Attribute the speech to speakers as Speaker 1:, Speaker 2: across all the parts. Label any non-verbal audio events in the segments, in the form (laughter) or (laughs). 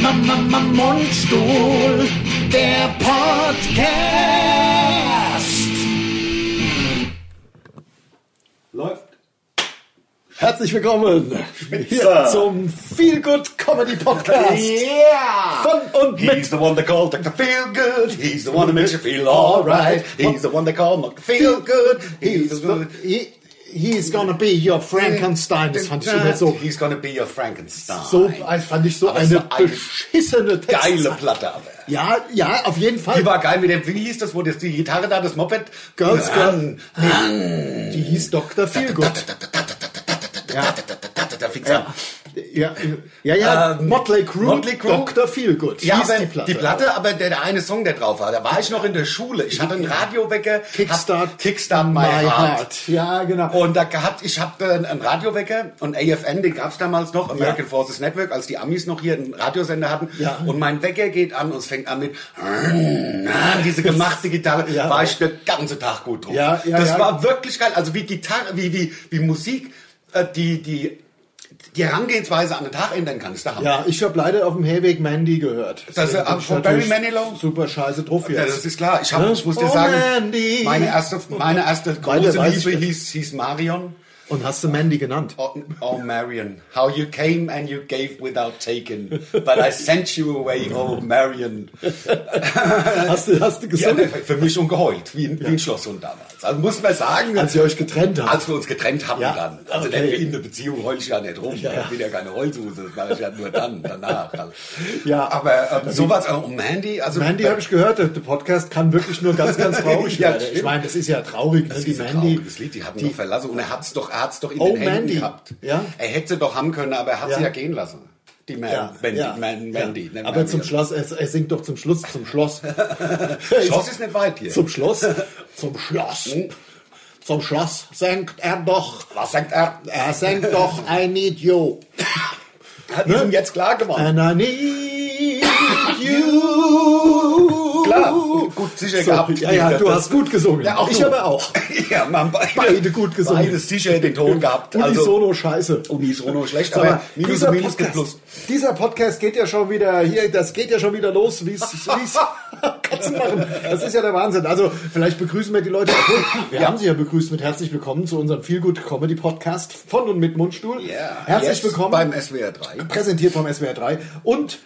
Speaker 1: Mama, Mama, Mundstuhl, der Podcast.
Speaker 2: Läuft.
Speaker 3: Herzlich willkommen hier zum Feel Good Comedy Podcast
Speaker 2: Yeah!
Speaker 3: von und mit
Speaker 2: He's the one they call Dr. Feel Good. He's the one that makes you feel alright. He's the one they call Dr. Feel Good. He's the
Speaker 3: He- He's gonna be your
Speaker 2: Äh,
Speaker 3: Frankenstein. Das fand ich immer so
Speaker 2: He's gonna be your Frankenstein.
Speaker 3: so fand ich so
Speaker 2: Aber es
Speaker 3: eine
Speaker 2: war eine
Speaker 3: beschissene Text.
Speaker 2: geile Platte aber.
Speaker 3: Ja, ja, auf jeden Fall.
Speaker 2: Die war geil mit dem, wie hieß das, wo das, die Gitarre da, das Moped.
Speaker 3: Girls
Speaker 2: Run.
Speaker 3: Die hieß Dr. Feelgood. Ja.
Speaker 2: Da fing's
Speaker 3: Ja.
Speaker 2: an.
Speaker 3: Ja, ja, ja.
Speaker 2: Ähm,
Speaker 3: Motley Crue,
Speaker 2: Motley Crue.
Speaker 3: Dr. Feelgood.
Speaker 2: Ja,
Speaker 3: hieß
Speaker 2: aber
Speaker 3: die Platte.
Speaker 2: die Platte, aber der, der eine Song, der drauf war, da war ich noch in der Schule. Ich hatte einen Radiowecker.
Speaker 3: Kickstart,
Speaker 2: hab- Kickstart My, Heart.
Speaker 3: Ja, genau.
Speaker 2: Und da gehabt, ich habe äh, einen Radiowecker und AFN, den gab's damals noch, American
Speaker 3: Ja.
Speaker 2: Forces Network, als die Amis noch hier einen Radiosender hatten.
Speaker 3: Ja.
Speaker 2: Und mein Wecker geht an und es fängt an mit (laughs) diese gemachte Gitarre.
Speaker 3: Ja.
Speaker 2: War ich den ganzen Tag gut drauf.
Speaker 3: Ja, ja,
Speaker 2: das
Speaker 3: ja.
Speaker 2: war wirklich geil. Also wie Gitarre, wie wie wie Musik, äh, die die die Herangehensweise an den Tag ändern kann, ist der Hammer.
Speaker 3: Ja, ich habe leider auf dem Hellweg Mandy gehört.
Speaker 2: Das, äh,
Speaker 3: Bin ich
Speaker 2: von Barry
Speaker 3: natürlich
Speaker 2: Manilow?
Speaker 3: Super scheiße drauf
Speaker 2: Ja,
Speaker 3: jetzt.
Speaker 2: das ist klar. Ich, hab, ich muss dir
Speaker 3: Oh,
Speaker 2: sagen,
Speaker 3: Mandy.
Speaker 2: meine erste, meine erste
Speaker 3: Weiter
Speaker 2: große
Speaker 3: weiß ich
Speaker 2: Liebe
Speaker 3: nicht.
Speaker 2: hieß, hieß Marion.
Speaker 3: Und hast du Mandy genannt?
Speaker 2: Oh, oh Marion, how you came and you gave without taking, but I sent you away, oh Marion.
Speaker 3: Äh, Hast du, hast du
Speaker 2: Ja,
Speaker 3: gesungen?
Speaker 2: für mich schon geheult, wie, ein- wie ein Schlosshund damals. Also muss man sagen,
Speaker 3: als ihr euch getrennt habt.
Speaker 2: als wir uns getrennt haben
Speaker 3: Ja,
Speaker 2: dann, also
Speaker 3: okay.
Speaker 2: okay. in der Beziehung heul ich ja nicht rum,
Speaker 3: Ja, ja.
Speaker 2: ich bin ja keine Heulsuse, das mache ich ja nur dann, danach. Also.
Speaker 3: Ja.
Speaker 2: aber ähm, sowas, oh Mandy, also
Speaker 3: Mandy habe ich gehört, der der Podcast kann wirklich nur ganz, ganz traurig
Speaker 2: (laughs) Ja,
Speaker 3: werden. Ich
Speaker 2: stimmt.
Speaker 3: meine, das ist ja traurig, ne?
Speaker 2: Das
Speaker 3: die
Speaker 2: ist ein
Speaker 3: Mandy.
Speaker 2: trauriges Lied, die hatten die, doch verlassen und er hat's doch, er hat's doch in
Speaker 3: Oh,
Speaker 2: den Händen
Speaker 3: Mandy.
Speaker 2: gehabt.
Speaker 3: Ja.
Speaker 2: Er hätte sie doch haben können, aber er hat
Speaker 3: Ja.
Speaker 2: sie ja gehen lassen. Die Man,
Speaker 3: ja,
Speaker 2: Mandy,
Speaker 3: ja,
Speaker 2: Man,
Speaker 3: ja.
Speaker 2: Mandy. ne,
Speaker 3: Aber
Speaker 2: Mandy.
Speaker 3: zum Schluss, er, er singt doch zum Schluss, zum
Speaker 2: (laughs)
Speaker 3: Schloss.
Speaker 2: Schloss Oh. ist nicht weit hier.
Speaker 3: zum Schloss, zum Schloss, zum Schloss senkt er doch,
Speaker 2: Was sagt er?
Speaker 3: er senkt doch ein Idiot.
Speaker 2: Hat
Speaker 3: Ne?
Speaker 2: ihm jetzt klar geworden.
Speaker 3: And I need Äh. you.
Speaker 2: Klar, gut, sicher
Speaker 3: So,
Speaker 2: gehabt.
Speaker 3: ja, ja,
Speaker 2: Das-
Speaker 3: du
Speaker 2: das-
Speaker 3: hast gut gesungen.
Speaker 2: Ja, auch
Speaker 3: ich
Speaker 2: du.
Speaker 3: aber auch.
Speaker 2: (laughs) ja, man beide,
Speaker 3: Beide gut gesungen.
Speaker 2: Beide sicher den Ton gehabt. Also,
Speaker 3: Unisono scheiße.
Speaker 2: unisono schlecht,
Speaker 3: Sag mal,
Speaker 2: aber minus
Speaker 3: dieser
Speaker 2: und minus gibt
Speaker 3: Podcast,
Speaker 2: plus.
Speaker 3: Dieser Podcast geht ja schon wieder hier, das geht ja schon wieder los, wie es
Speaker 2: (laughs)
Speaker 3: Katzen machen. Das ist ja der Wahnsinn. Also vielleicht begrüßen wir die Leute. Obwohl, Wir haben sie ja begrüßt mit herzlich willkommen zu unserem Feelgood Comedy Podcast von und mit Mundstuhl.
Speaker 2: Ja,
Speaker 3: herzlich
Speaker 2: jetzt
Speaker 3: willkommen
Speaker 2: beim SWR 3.
Speaker 3: präsentiert vom SWR 3 und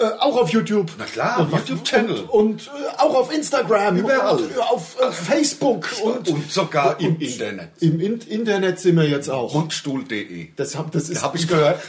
Speaker 3: äh, auch auf YouTube.
Speaker 2: Na klar,
Speaker 3: und,
Speaker 2: YouTube-Channel.
Speaker 3: Und, und äh, auch auf Instagram.
Speaker 2: Überall.
Speaker 3: Und, äh, auf äh, Facebook. Und,
Speaker 2: Und sogar im Internet.
Speaker 3: Im In Internet sind wir jetzt auch.
Speaker 2: Mundstuhl.de.
Speaker 3: Das, hab, das ist
Speaker 2: Habe
Speaker 3: (laughs)
Speaker 2: ich gehört.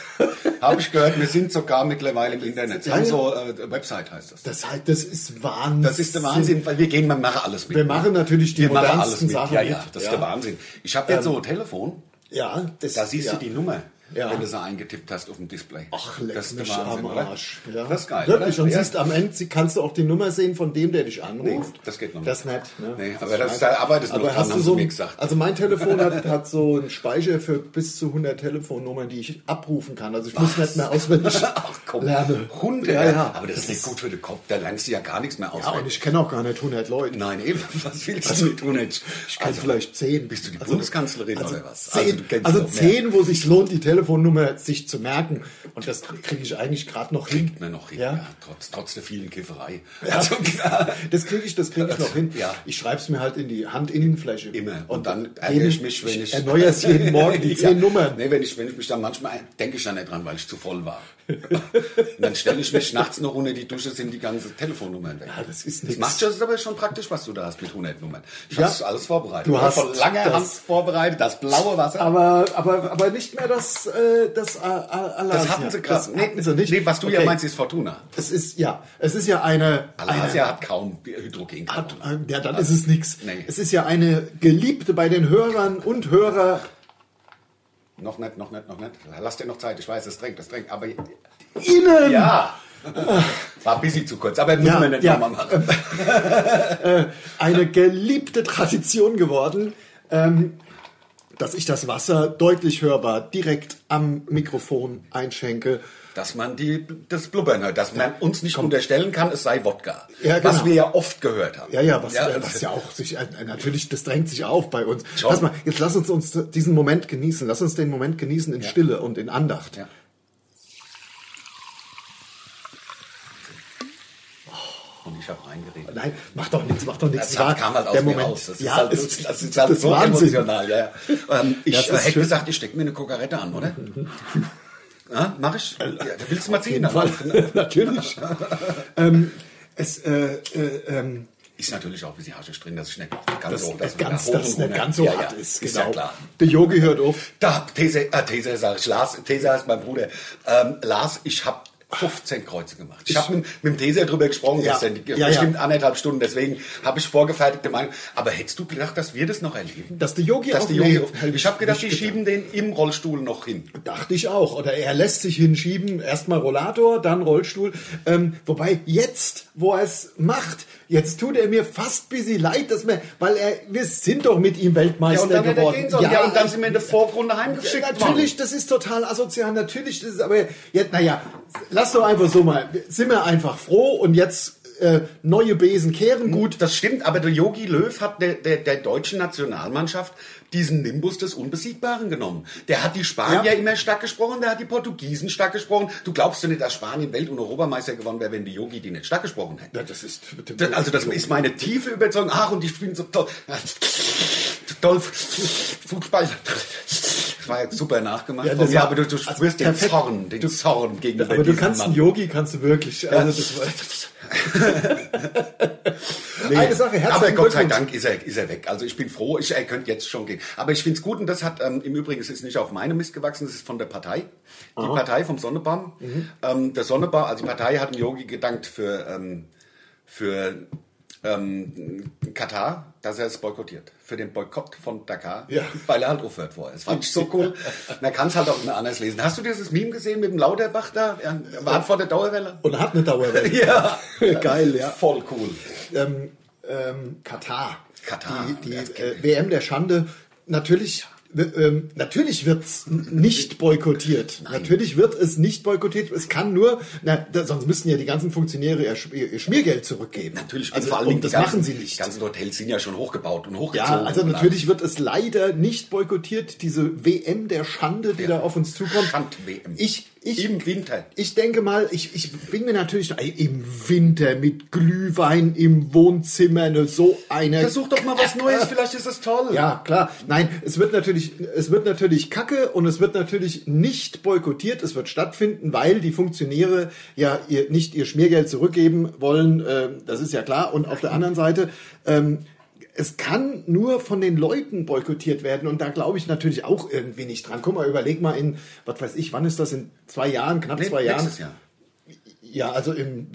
Speaker 2: Habe ich gehört. Wir sind sogar mittlerweile im Internet. Sie haben
Speaker 3: Also,
Speaker 2: so äh, Website heißt das.
Speaker 3: Das, halt, das ist Wahnsinn.
Speaker 2: Das ist der Wahnsinn, weil wir gehen, wir machen alles mit.
Speaker 3: Wir machen natürlich die
Speaker 2: wir machen alles
Speaker 3: modernsten
Speaker 2: mit.
Speaker 3: Sachen
Speaker 2: ja, ja,
Speaker 3: mit.
Speaker 2: das
Speaker 3: Ja.
Speaker 2: ist der Wahnsinn. Ich habe jetzt so ein Telefon,
Speaker 3: Ja, das,
Speaker 2: da siehst
Speaker 3: ja.
Speaker 2: du die Nummer,
Speaker 3: Ja.
Speaker 2: wenn du sie eingetippt hast auf dem Display.
Speaker 3: Ach, leck
Speaker 2: das ist der
Speaker 3: mich am
Speaker 2: Wahnsinn, oder?
Speaker 3: Arsch. Ja.
Speaker 2: Das ist geil.
Speaker 3: Wirklich,
Speaker 2: oder?
Speaker 3: und
Speaker 2: Ja.
Speaker 3: siehst am Ende sie- kannst du auch die Nummer sehen von dem, der dich anruft.
Speaker 2: Nee, das geht noch nicht.
Speaker 3: Das nicht. Ne?
Speaker 2: Nee, aber das- da arbeitest du
Speaker 3: aber
Speaker 2: noch dran,
Speaker 3: hast du
Speaker 2: haben
Speaker 3: so
Speaker 2: sie mir
Speaker 3: ein-
Speaker 2: gesagt.
Speaker 3: Also mein Telefon hat, hat so einen Speicher für bis zu 100 Telefonnummern, die ich abrufen kann. Also ich muss nicht mehr auswendig
Speaker 2: (laughs) (laughs) Ach komm,
Speaker 3: lernen.
Speaker 2: Hunde.
Speaker 3: Ja, ja.
Speaker 2: Aber das, ist nicht gut für den Kopf, da lernst du ja gar nichts mehr aus.
Speaker 3: Ja, und ich kenne auch gar nicht 100 Leute.
Speaker 2: (laughs) Nein, eben, was willst du mit tun?
Speaker 3: (laughs)
Speaker 2: Ich
Speaker 3: Ich kann Also vielleicht zehn.
Speaker 2: Bist du die Bundeskanzlerin
Speaker 3: also
Speaker 2: oder was?
Speaker 3: Zehn,
Speaker 2: du kennst
Speaker 3: also
Speaker 2: noch mehr.
Speaker 3: zehn, wo sich lohnt, die Telefonnummer sich zu merken. Und das kriege ich eigentlich gerade noch hin.
Speaker 2: Kriegt man noch hin,
Speaker 3: Ja.
Speaker 2: ja. trotz, trotz der vielen Also, genau. Kifferei.
Speaker 3: Das kriege ich, das kriege ich noch hin.
Speaker 2: Ja.
Speaker 3: Ich schreibe es mir halt in die Handinnenfläche.
Speaker 2: Immer. Und dann ärgere ich mich, wenn ich.
Speaker 3: erneuere es jeden Morgen,
Speaker 2: (laughs)
Speaker 3: die zehn Nummern.
Speaker 2: Nee, wenn ich, wenn ich mich dann manchmal ein- denke ich da nicht dran, weil ich zu voll war. Und dann stelle ich mich nachts noch unter die Dusche, sind die ganzen Telefonnummern weg.
Speaker 3: Ja, das ist
Speaker 2: das
Speaker 3: nix.
Speaker 2: macht schon, das ist aber schon praktisch, was du da hast mit 100 Nummern. Ich
Speaker 3: Ja.
Speaker 2: habe das alles vorbereitet.
Speaker 3: Du
Speaker 2: Ich hab
Speaker 3: hast
Speaker 2: schon lange
Speaker 3: das-
Speaker 2: Hand vorbereitet, das blaue Wasser.
Speaker 3: Aber, aber, aber nicht mehr das, äh, das äh, Alasia.
Speaker 2: das hatten sie gerade.
Speaker 3: Das hatten sie nicht.
Speaker 2: Nee, was du ja
Speaker 3: Okay.
Speaker 2: meinst, ist Fortuna.
Speaker 3: Es ist, ja, es ist ja eine, eine
Speaker 2: Alasia hat kaum Hydrogen.
Speaker 3: hat, ähm, ja, dann ist es nix.
Speaker 2: Nee.
Speaker 3: Es ist ja eine Geliebte bei den Hörern und Hörer
Speaker 2: Noch nicht, noch nicht, noch nicht. Lass dir noch Zeit. Ich weiß, es drängt, es drängt. Aber
Speaker 3: innen.
Speaker 2: ja, war ein bisschen zu kurz. Aber müssen
Speaker 3: Ja,
Speaker 2: wir nicht
Speaker 3: ja.
Speaker 2: nochmal machen.
Speaker 3: eine geliebte Tradition geworden, ähm, dass ich das Wasser deutlich hörbar direkt am Mikrofon einschenke.
Speaker 2: Dass man die, das Blubbern hört, dass man uns nicht unterstellen kann, es sei Wodka.
Speaker 3: Ja, genau.
Speaker 2: Was wir ja oft gehört haben.
Speaker 3: Ja, ja, was ja,
Speaker 2: das-
Speaker 3: was ja auch sich äh, natürlich, das drängt sich auf bei uns.
Speaker 2: Schon.
Speaker 3: Lass mal, jetzt lass uns, uns diesen Moment genießen. Lass uns den Moment genießen in Stille und in Andacht.
Speaker 2: Ja. habe reingeredet.
Speaker 3: Nein, macht doch nichts, macht doch nichts.
Speaker 2: Das hat- kam halt aus mir raus. Das ist halt, das ist halt so emotional. Ja, ja. Ähm,
Speaker 3: Das
Speaker 2: ich
Speaker 3: ist
Speaker 2: äh, hätte
Speaker 3: schön. Mhm.
Speaker 2: gesagt, ich stecke mir eine Kokarette an, oder? Na, mach ich? Ja, da willst du mal ziehen?
Speaker 3: Auf jeden
Speaker 2: aber-
Speaker 3: Fall, (laughs) natürlich. ähm, es, äh, äh, ähm,
Speaker 2: Ist natürlich auch ein bisschen Haschisch drin, dass ich nicht ganz
Speaker 3: das,
Speaker 2: so... dass
Speaker 3: ganz,
Speaker 2: wir da
Speaker 3: dass es
Speaker 2: hoch und
Speaker 3: nicht ganz so
Speaker 2: runter-
Speaker 3: hart
Speaker 2: ja, ja,
Speaker 3: ist.
Speaker 2: Ist
Speaker 3: Genau.
Speaker 2: ja klar.
Speaker 3: Der Yogi hört auf.
Speaker 2: Da, These, äh, These sag ich, Lars, These heißt mein Bruder. Ähm, Lars, ich habe 15 Kreuze gemacht. Ich habe mit, mit dem These drüber gesprochen,
Speaker 3: Ja.
Speaker 2: das sind
Speaker 3: Ja, ja.
Speaker 2: bestimmt anderthalb Stunden, deswegen habe ich vorgefertigte Meinung. Aber hättest du gedacht, dass wir das noch erleben?
Speaker 3: Dass der Yogi
Speaker 2: Dass
Speaker 3: auf-
Speaker 2: die Yogi
Speaker 3: nee,
Speaker 2: auf-
Speaker 3: hätte
Speaker 2: ich habe gedacht,
Speaker 3: nicht
Speaker 2: die
Speaker 3: gedacht.
Speaker 2: schieben den im Rollstuhl noch hin.
Speaker 3: Dachte ich auch. Oder er lässt sich hinschieben. Erstmal Rollator, dann Rollstuhl. Ähm, wobei jetzt, wo er es macht, jetzt tut er mir fast ein bisschen leid, dass wir, weil er, wir sind doch mit ihm
Speaker 2: Ja,
Speaker 3: Weltmeister
Speaker 2: und dann hätte er
Speaker 3: geworden.
Speaker 2: gehen sollen. Ja, und dann sind wir in der Vorrunde heimgeschickt
Speaker 3: Ja, natürlich, das ist total asozial. Natürlich, das ist aber jetzt, naja, lass doch einfach so mal. Sind wir einfach froh und jetzt äh, neue Besen kehren gut.
Speaker 2: Gut, das stimmt, aber der Yogi Löw hat der, der, der deutschen Nationalmannschaft diesen Nimbus des Unbesiegbaren genommen. Der hat die Spanier
Speaker 3: Ja.
Speaker 2: immer stark gesprochen, der hat die Portugiesen stark gesprochen. Du glaubst doch nicht, dass Spanien Welt- und Europameister gewonnen wäre, wenn die Yogi die nicht stark gesprochen hätte.
Speaker 3: Ja, das ist.
Speaker 2: Das- Also das ist meine tiefe Überzeugung. Ach, und ich bin so toll. Toll, Fußball. Das war jetzt super nachgemacht.
Speaker 3: Ja,
Speaker 2: Ja,
Speaker 3: das war-
Speaker 2: aber du, du spürst
Speaker 3: also
Speaker 2: den
Speaker 3: perfekt.
Speaker 2: Zorn, den Zorn gegenüber
Speaker 3: aber du
Speaker 2: diesem
Speaker 3: kannst
Speaker 2: Mann.
Speaker 3: einen Yogi, kannst du wirklich. Also das war,
Speaker 2: (laughs)
Speaker 3: Eine Sache, herzlichen
Speaker 2: Aber Gott sei
Speaker 3: Glückwunsch.
Speaker 2: Dank ist er, ist er weg. Also ich bin froh, ich, er könnte jetzt schon gehen. Aber ich finde es gut und das hat ähm, im Übrigen, es ist nicht auf meine Mist gewachsen, es ist von der Partei. Die Partei vom Sonnebaum.
Speaker 3: Mhm.
Speaker 2: Ähm, der Sonnebaum, also die Partei hat dem Yogi gedankt für, ähm, für ähm, Katar, dass er es boykottiert. Für den Boykott von Dakar,
Speaker 3: Ja.
Speaker 2: weil er halt aufhört vorher. Das fand ich so cool. Man kann es halt auch immer anders lesen. Hast du dieses Meme gesehen mit dem Lauterbach da? Er war vor der Dauerwelle.
Speaker 3: und hat eine Dauerwelle.
Speaker 2: Ja,
Speaker 3: (laughs) Geil, ja.
Speaker 2: voll cool.
Speaker 3: ähm, ähm, Katar.
Speaker 2: Katar.
Speaker 3: Die, die
Speaker 2: Das
Speaker 3: äh, WM der Schande. Natürlich, w- ähm, natürlich wird es nicht boykottiert. Natürlich wird es nicht boykottiert. Es kann nur, na, da, sonst müssten ja die ganzen Funktionäre ihr, Sch- ihr ihr Schmiergeld zurückgeben.
Speaker 2: Natürlich,
Speaker 3: also
Speaker 2: und vor allen
Speaker 3: und
Speaker 2: Dingen
Speaker 3: das
Speaker 2: die ganzen,
Speaker 3: machen sie nicht.
Speaker 2: Die ganzen Hotels sind ja schon hochgebaut und
Speaker 3: ja,
Speaker 2: hochgezogen.
Speaker 3: also
Speaker 2: und
Speaker 3: natürlich wird es leider nicht boykottiert, diese WM der Schande, die
Speaker 2: Ja.
Speaker 3: da auf uns zukommt.
Speaker 2: Schand-WM.
Speaker 3: Ich, ich,
Speaker 2: Im Winter.
Speaker 3: Ich denke mal, ich, ich bin mir natürlich im Winter mit Glühwein im Wohnzimmer ne, so eine.
Speaker 2: Versuch doch mal was Neues, vielleicht ist es toll.
Speaker 3: Ja, klar. Nein, es wird natürlich, es wird natürlich kacke und es wird natürlich nicht boykottiert. Es wird stattfinden, weil die Funktionäre ja ihr, nicht ihr Schmiergeld zurückgeben wollen. Ähm, das ist ja klar. Und auf der anderen Seite, ähm, es kann nur von den Leuten boykottiert werden. Und da glaube ich natürlich auch irgendwie nicht dran. Guck mal, überleg mal in, was weiß ich, wann ist das? In zwei Jahren, knapp
Speaker 2: Nee,
Speaker 3: zwei Jahren?
Speaker 2: nächstes Jahr.
Speaker 3: Ja, also im,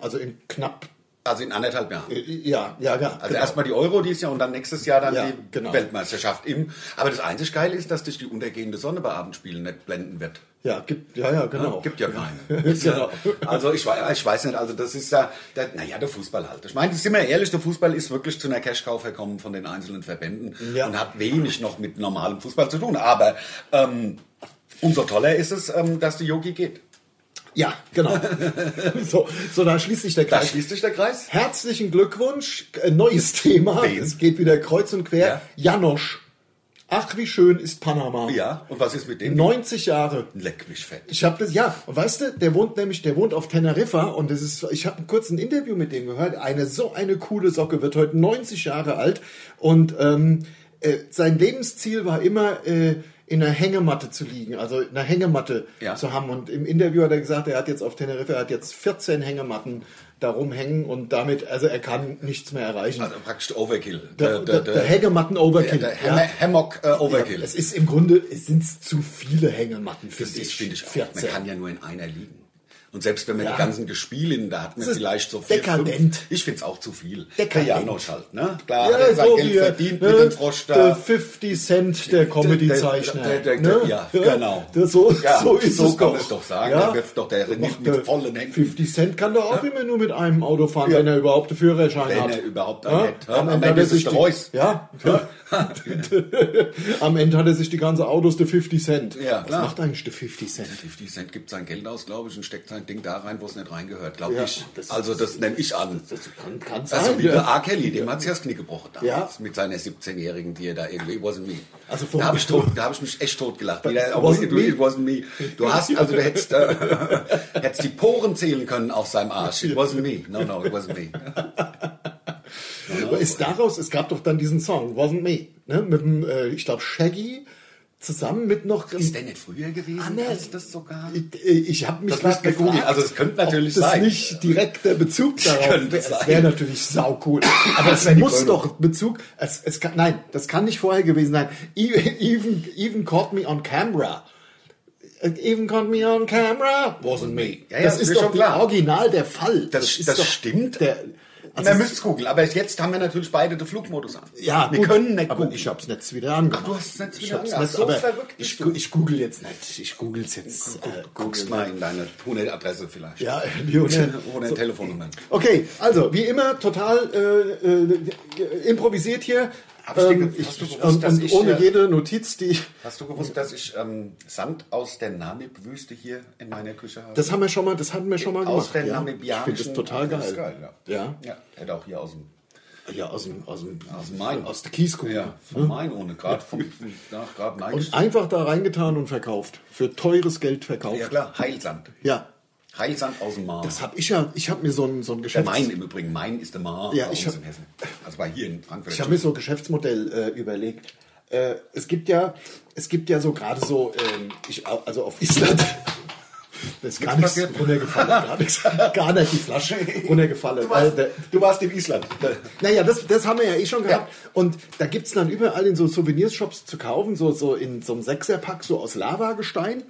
Speaker 3: also in knapp,
Speaker 2: Also in anderthalb Jahren.
Speaker 3: ja, ja, genau. ja.
Speaker 2: Also erstmal die Euro dieses Jahr und dann nächstes Jahr dann
Speaker 3: Ja,
Speaker 2: die
Speaker 3: genau.
Speaker 2: Weltmeisterschaft im. Aber das einzig Geile ist, dass dich die untergehende Sonne bei Abendspielen nicht blenden wird.
Speaker 3: Ja, gibt, ja, ja, genau.
Speaker 2: Gibt ja
Speaker 3: (laughs)
Speaker 2: keine.
Speaker 3: Genau.
Speaker 2: Also ich, wei- ich weiß nicht, also das ist ja, der, naja, der Fußball halt. Ich meine, sind wir ehrlich, der Fußball ist wirklich zu einer Cash-Cow verkommen von den einzelnen Verbänden
Speaker 3: Ja.
Speaker 2: und hat wenig noch mit normalem Fußball zu tun. Aber ähm, umso toller ist es, ähm, dass die Yogi geht.
Speaker 3: Ja,
Speaker 2: (laughs)
Speaker 3: genau. so, so, da schließt sich der
Speaker 2: Da
Speaker 3: Kreis.
Speaker 2: schließt sich der Kreis.
Speaker 3: Herzlichen Glückwunsch. Äh, neues Thema.
Speaker 2: Wen?
Speaker 3: Es geht wieder kreuz und quer. Janosch. Ach, wie schön ist Panama.
Speaker 2: Ja, und was ist mit dem?
Speaker 3: 90 Jahre.
Speaker 2: Leck mich fett.
Speaker 3: Ich habe das, ja, und weißt du, der wohnt nämlich, der wohnt auf Teneriffa und das ist, ich habe kurz ein Interview mit dem gehört. Eine so eine coole Socke wird heute 90 Jahre alt und ähm, äh, sein Lebensziel war immer äh, in einer Hängematte zu liegen, also in einer Hängematte
Speaker 2: Ja.
Speaker 3: zu haben. Und im Interview hat er gesagt, er hat jetzt auf Teneriffa, er hat jetzt 14 Hängematten darum hängen und damit, also er kann nichts mehr erreichen.
Speaker 2: Also praktisch Overkill.
Speaker 3: der, der, der, Hängematten-Overkill.
Speaker 2: der
Speaker 3: ja.
Speaker 2: Hammer- Hammock äh, Overkill.
Speaker 3: Es ist im Grunde, es sind zu viele Hängematten, für
Speaker 2: Das
Speaker 3: ich.
Speaker 2: finde ich auch.
Speaker 3: 14.
Speaker 2: Man kann ja nur in einer liegen. Und selbst wenn man
Speaker 3: Ja.
Speaker 2: die ganzen Gespielinnen, da hat man
Speaker 3: Das ist
Speaker 2: vielleicht so vier,
Speaker 3: dekadent.
Speaker 2: fünf. Ich finde es auch zu viel.
Speaker 3: Dekadent.
Speaker 2: Der Janosch halt, ne? Klar,
Speaker 3: Ja,
Speaker 2: hat er sein
Speaker 3: so
Speaker 2: Geld
Speaker 3: wie,
Speaker 2: verdient
Speaker 3: ne,
Speaker 2: mit dem Frosch
Speaker 3: Der
Speaker 2: da.
Speaker 3: 50 Cent der
Speaker 2: Der-
Speaker 3: Comedy-Zeichner.
Speaker 2: der- der-
Speaker 3: ne?
Speaker 2: Ja, genau.
Speaker 3: Das, so,
Speaker 2: Ja,
Speaker 3: so ist
Speaker 2: so
Speaker 3: es
Speaker 2: kann
Speaker 3: doch.
Speaker 2: es doch sagen. Der wirft doch der nicht mit
Speaker 3: der
Speaker 2: vollen Händen.
Speaker 3: 50 Cent kann doch auch immer nur mit einem Auto fahren, wenn er überhaupt einen Führerschein
Speaker 2: Wenn
Speaker 3: hat.
Speaker 2: er überhaupt einen
Speaker 3: ja?
Speaker 2: hat. Ja,
Speaker 3: Am Ende hat er sich die,
Speaker 2: Reus.
Speaker 3: ja, ja. (laughs) Am Ende hat er sich die ganze Autos der 50 Cent.
Speaker 2: Ja,
Speaker 3: Was
Speaker 2: klar.
Speaker 3: macht eigentlich der 50 Cent?
Speaker 2: 50 Cent gibt sein Geld aus, glaube ich, und steckt sein ein Ding da rein, wo es nicht reingehört, glaube
Speaker 3: Ja,
Speaker 2: ich.
Speaker 3: das-
Speaker 2: also das nehme ich an.
Speaker 3: Das kann, kann sein.
Speaker 2: Also wie der
Speaker 3: ja.
Speaker 2: R. Kelly, dem hat sie das Knie gebrochen damals,
Speaker 3: Ja.
Speaker 2: mit seiner 17-Jährigen, die er da irgendwie, it wasn't me.
Speaker 3: Also vom-
Speaker 2: da habe ich, tot- da hab ich mich echt tot gelacht. It
Speaker 3: wasn't
Speaker 2: wasn't,
Speaker 3: me.
Speaker 2: it wasn't me. Du hast, also du hättest, äh, (laughs) hättest die Poren zählen können auf seinem Arsch. It wasn't me. No, no, it wasn't me.
Speaker 3: Aber ist daraus, es gab doch dann diesen Song, Wasn't Me, ne? mit dem, äh, ich glaube, Shaggy zusammen mit noch.
Speaker 2: Ist der nicht früher gewesen
Speaker 3: Ah, ne.
Speaker 2: als das sogar?
Speaker 3: Ich, äh, ich habe mich
Speaker 2: Das müsst ihr
Speaker 3: gefragt,
Speaker 2: googeln. Also, es könnte natürlich
Speaker 3: ob das
Speaker 2: sein.
Speaker 3: nicht direkt der
Speaker 2: (laughs)
Speaker 3: Bezug darauf
Speaker 2: könnte
Speaker 3: wäre.
Speaker 2: sein.
Speaker 3: Das wäre natürlich
Speaker 2: (laughs)
Speaker 3: saucool. Aber es
Speaker 2: wär die
Speaker 3: muss
Speaker 2: Krönung.
Speaker 3: doch Bezug. Es, es kann, nein, das kann nicht vorher gewesen sein. E- Even, even caught me on camera. Äh, Even caught me on camera wasn't me.
Speaker 2: Ja, ja,
Speaker 3: das
Speaker 2: ist
Speaker 3: ist
Speaker 2: mir
Speaker 3: doch
Speaker 2: schon klar.
Speaker 3: original der Fall.
Speaker 2: Das, das,
Speaker 3: ist doch
Speaker 2: stimmt.
Speaker 3: Der,
Speaker 2: also Man müsste googeln, aber jetzt haben wir natürlich beide den Flugmodus an.
Speaker 3: ja,
Speaker 2: wir
Speaker 3: gut,
Speaker 2: können nicht
Speaker 3: aber
Speaker 2: googeln.
Speaker 3: ich hab's jetzt wieder angemacht.
Speaker 2: Ach, du hast es jetzt
Speaker 3: ich
Speaker 2: wieder
Speaker 3: hab's
Speaker 2: angemacht.
Speaker 3: Nicht,
Speaker 2: So
Speaker 3: aber
Speaker 2: verrückt bist
Speaker 3: ich,
Speaker 2: du.
Speaker 3: gu- ich google jetzt nicht. Ich google's jetzt. äh,
Speaker 2: Guckst mal in deine Tunnel-Adresse vielleicht. (laughs)
Speaker 3: Ja, die Hotel-
Speaker 2: Oder
Speaker 3: so-
Speaker 2: so. Telefonnummer.
Speaker 3: Okay, also wie immer total äh, äh, improvisiert hier. Ähm,
Speaker 2: Hab ich dir ge-
Speaker 3: ich,
Speaker 2: hast du gewusst,
Speaker 3: und
Speaker 2: dass
Speaker 3: und
Speaker 2: ich,
Speaker 3: ohne
Speaker 2: äh,
Speaker 3: jede Notiz, die
Speaker 2: Hast du gewusst, dass ich ähm, Sand aus der Namib-Wüste hier in meiner Küche habe?
Speaker 3: das haben wir schon mal, das hatten wir schon mal gemacht.
Speaker 2: aus der
Speaker 3: ja. Ich
Speaker 2: namibianischen.
Speaker 3: finde das total
Speaker 2: Das
Speaker 3: geil.
Speaker 2: ist
Speaker 3: ja.
Speaker 2: ja. ja. Hätte auch hier aus dem,
Speaker 3: ja, aus dem aus dem
Speaker 2: aus dem Main.
Speaker 3: aus der Kieskuh.
Speaker 2: ja, vom Main ohne. Grad vom, nach Grad Main.
Speaker 3: Und einfach da reingetan und verkauft für teures Geld verkauft.
Speaker 2: ja klar, Heilsand.
Speaker 3: Ja.
Speaker 2: Heilsand aus dem Main.
Speaker 3: Das habe ich ja, ich habe mir so ein so ein
Speaker 2: der
Speaker 3: Geschäfts
Speaker 2: Main im Übrigen. Main ist der Main.
Speaker 3: Ja,
Speaker 2: bei
Speaker 3: ich
Speaker 2: uns
Speaker 3: hab-
Speaker 2: in Hessen. Also bei hier in Frankfurt.
Speaker 3: Ich habe mir so ein Geschäftsmodell äh, überlegt. Äh, es gibt ja, es gibt ja so gerade so, ähm, ich, au- also auf Island. (laughs) Da ist gar nichts
Speaker 2: passiert? (laughs)
Speaker 3: runtergefallen, gar nichts. Gar nicht die Flasche runtergefallen. Äh, der-
Speaker 2: du warst in Island.
Speaker 3: naja, das, das haben wir ja eh schon gehabt. Und da gibt es dann überall in so Souvenirshops zu kaufen, so, so in so einem Sechserpack, so aus Lavagestein.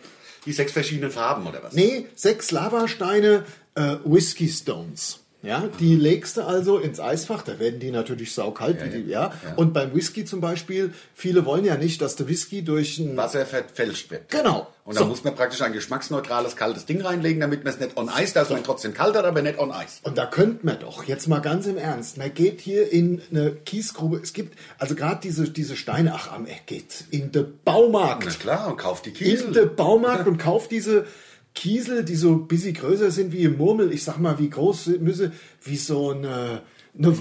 Speaker 2: Die sechs verschiedenen Farben oder was?
Speaker 3: Nee, sechs Lavasteine, äh, Whiskey Stones. Ja, die legst du also ins Eisfach, da werden die natürlich saukalt. Ja,
Speaker 2: ja.
Speaker 3: wie die, ja.
Speaker 2: Ja.
Speaker 3: Und beim Whisky zum Beispiel, viele wollen ja nicht, dass der Whisky durch ein...
Speaker 2: Wasser verfälscht wird.
Speaker 3: Genau.
Speaker 2: Und da
Speaker 3: So.
Speaker 2: muss man praktisch ein geschmacksneutrales, kaltes Ding reinlegen, damit man es nicht on Eis, dass man trotzdem kalt hat, aber nicht on Eis.
Speaker 3: Und da könnte man doch, jetzt mal ganz im Ernst, man geht hier in eine Kiesgrube, es gibt, also gerade diese, diese Steine, ach, am Eck geht in den Baumarkt.
Speaker 2: Na klar, und kauft die
Speaker 3: in
Speaker 2: Kiesel.
Speaker 3: den Baumarkt und kauft diese Kiesel, die so ein bisschen größer sind wie ein Murmel. Ich sag mal, wie groß sind- müsse, wie so eine, eine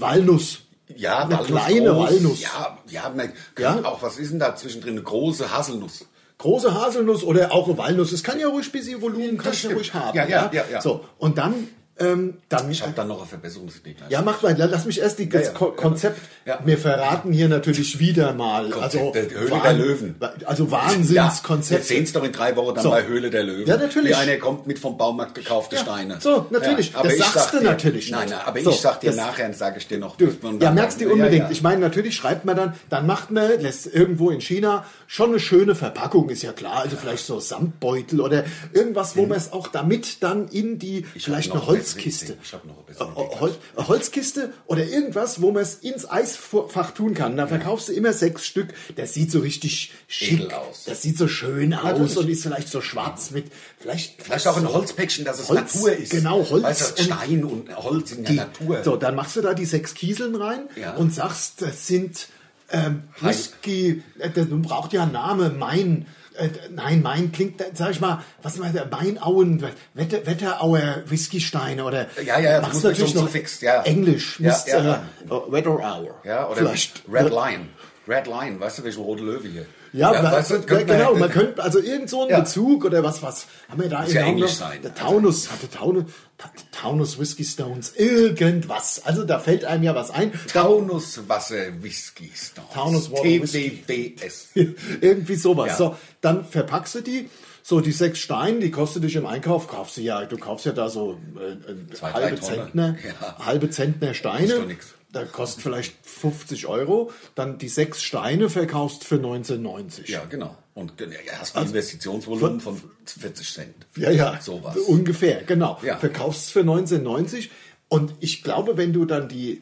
Speaker 3: Walnuss.
Speaker 2: Ja,
Speaker 3: eine kleine
Speaker 2: groß.
Speaker 3: Walnuss.
Speaker 2: Ja, ja, man
Speaker 3: Ja?
Speaker 2: kann auch, was ist denn da zwischendrin? Eine große Haselnuss.
Speaker 3: Große Haselnuss oder auch eine Walnuss. Es kann ja ruhig ein bisschen Volumen, kann ich ja
Speaker 2: stimmt.
Speaker 3: ruhig haben.
Speaker 2: Ja, ja, ja, ja.
Speaker 3: So, und dann, ähm, dann
Speaker 2: Ich habe dann noch eine Verbesserungsidee gleich.
Speaker 3: Ja, mach mal, lass mich erst die, das
Speaker 2: ja,
Speaker 3: Ko-
Speaker 2: ja.
Speaker 3: Konzept.
Speaker 2: Ja.
Speaker 3: Wir verraten hier natürlich wieder mal. Also,
Speaker 2: der Höhle der Löwen.
Speaker 3: Also
Speaker 2: Ja,
Speaker 3: Wahnsinnskonzept.
Speaker 2: wir sehen es doch in drei Wochen dann
Speaker 3: So.
Speaker 2: bei Höhle der Löwen.
Speaker 3: Ja, natürlich.
Speaker 2: Wie einer kommt mit vom Baumarkt gekaufte
Speaker 3: Ja,
Speaker 2: Steine.
Speaker 3: so, natürlich. Das
Speaker 2: ich
Speaker 3: sagst du
Speaker 2: dir,
Speaker 3: natürlich
Speaker 2: Nein,
Speaker 3: nicht.
Speaker 2: nein, aber
Speaker 3: So,
Speaker 2: ich sag dir
Speaker 3: das-
Speaker 2: nachher und sage ich dir noch.
Speaker 3: Du,
Speaker 2: wie man
Speaker 3: ja,
Speaker 2: dann-
Speaker 3: merkst du
Speaker 2: Ja,
Speaker 3: unbedingt.
Speaker 2: ja.
Speaker 3: Ich meine, natürlich schreibt man dann, dann macht man, lässt irgendwo in China schon eine schöne Verpackung, ist ja klar. Also vielleicht so Samtbeutel oder irgendwas, wo man es auch damit dann in die,
Speaker 2: Mhm. hab
Speaker 3: vielleicht
Speaker 2: noch
Speaker 3: eine
Speaker 2: eine bessere
Speaker 3: Holzkiste.
Speaker 2: Idee. Ich hab noch eine
Speaker 3: Äh,
Speaker 2: bessere Idee
Speaker 3: Hol eine Holzkiste oder irgendwas, wo man es ins Eisfach tun kann. Da verkaufst du immer sechs Stück. Das sieht so richtig schick
Speaker 2: Edel aus.
Speaker 3: Das sieht so schön aus
Speaker 2: Natürlich.
Speaker 3: und ist vielleicht so schwarz mit, vielleicht,
Speaker 2: Vielleicht auch ein Holzpäckchen, dass
Speaker 3: oh.
Speaker 2: es
Speaker 3: Holz,
Speaker 2: Natur ist.
Speaker 3: genau, Holz
Speaker 2: Weißt du,
Speaker 3: und-
Speaker 2: Stein und Holz in der
Speaker 3: die,
Speaker 2: Natur.
Speaker 3: So, dann machst du da die sechs Kieseln rein
Speaker 2: Ja.
Speaker 3: und sagst, das sind ähm,
Speaker 2: Heil-
Speaker 3: Whisky, äh, das braucht ja einen Name, Main. Äh, nein, Main klingt, äh, sag ich mal, was meint der Mainauen, Wetter, Wetterauer Whiskysteine oder.
Speaker 2: Ja, ja, das
Speaker 3: machst
Speaker 2: muss
Speaker 3: du natürlich
Speaker 2: mit so einem
Speaker 3: noch
Speaker 2: Suffix, ja.
Speaker 3: Englisch,
Speaker 2: Ja,
Speaker 3: musst,
Speaker 2: ja, ja.
Speaker 3: Äh, äh, Wetterauer.
Speaker 2: ja, oder
Speaker 3: vielleicht.
Speaker 2: Red Lion. Red Lion, weißt du, welchen rote Löwe hier?
Speaker 3: Ja, weil-
Speaker 2: weißt du,
Speaker 3: ja,
Speaker 2: könnte
Speaker 3: genau,
Speaker 2: ja-
Speaker 3: man könnte also irgend so einen
Speaker 2: Ja.
Speaker 3: Bezug oder was, was haben wir da
Speaker 2: Muss ja
Speaker 3: Hamburg?
Speaker 2: Englisch sein. also.
Speaker 3: Der Taunus hatte Taunus, Ta- Taunus Whiskey Stones, irgendwas. Also da fällt einem ja was ein.
Speaker 2: Taunus Wasser Whisky Stones.
Speaker 3: Taunus Water Whisky.
Speaker 2: TWWS.
Speaker 3: (laughs) Irgendwie sowas.
Speaker 2: Ja.
Speaker 3: So, dann verpackst du die. So, die sechs Steine, die kostet dich im Einkauf, kaufst du ja, du kaufst ja da so äh, äh,
Speaker 2: Zwei, drei
Speaker 3: halbe,
Speaker 2: Tonnen.
Speaker 3: Zentner,
Speaker 2: Ja.
Speaker 3: halbe Zentner
Speaker 2: Kostet
Speaker 3: Steine.
Speaker 2: doch nix.
Speaker 3: Da kostet vielleicht 50 Euro. Dann die sechs Steine verkaufst für 19,90.
Speaker 2: Ja, genau. Und äh, ja, hast ein Investitionsvolumen von 40 Cent.
Speaker 3: Also, Ja, ja.
Speaker 2: Sowas.
Speaker 3: Ungefähr, genau.
Speaker 2: Ja.
Speaker 3: Verkaufst es für 19,90 und ich glaube, wenn du dann die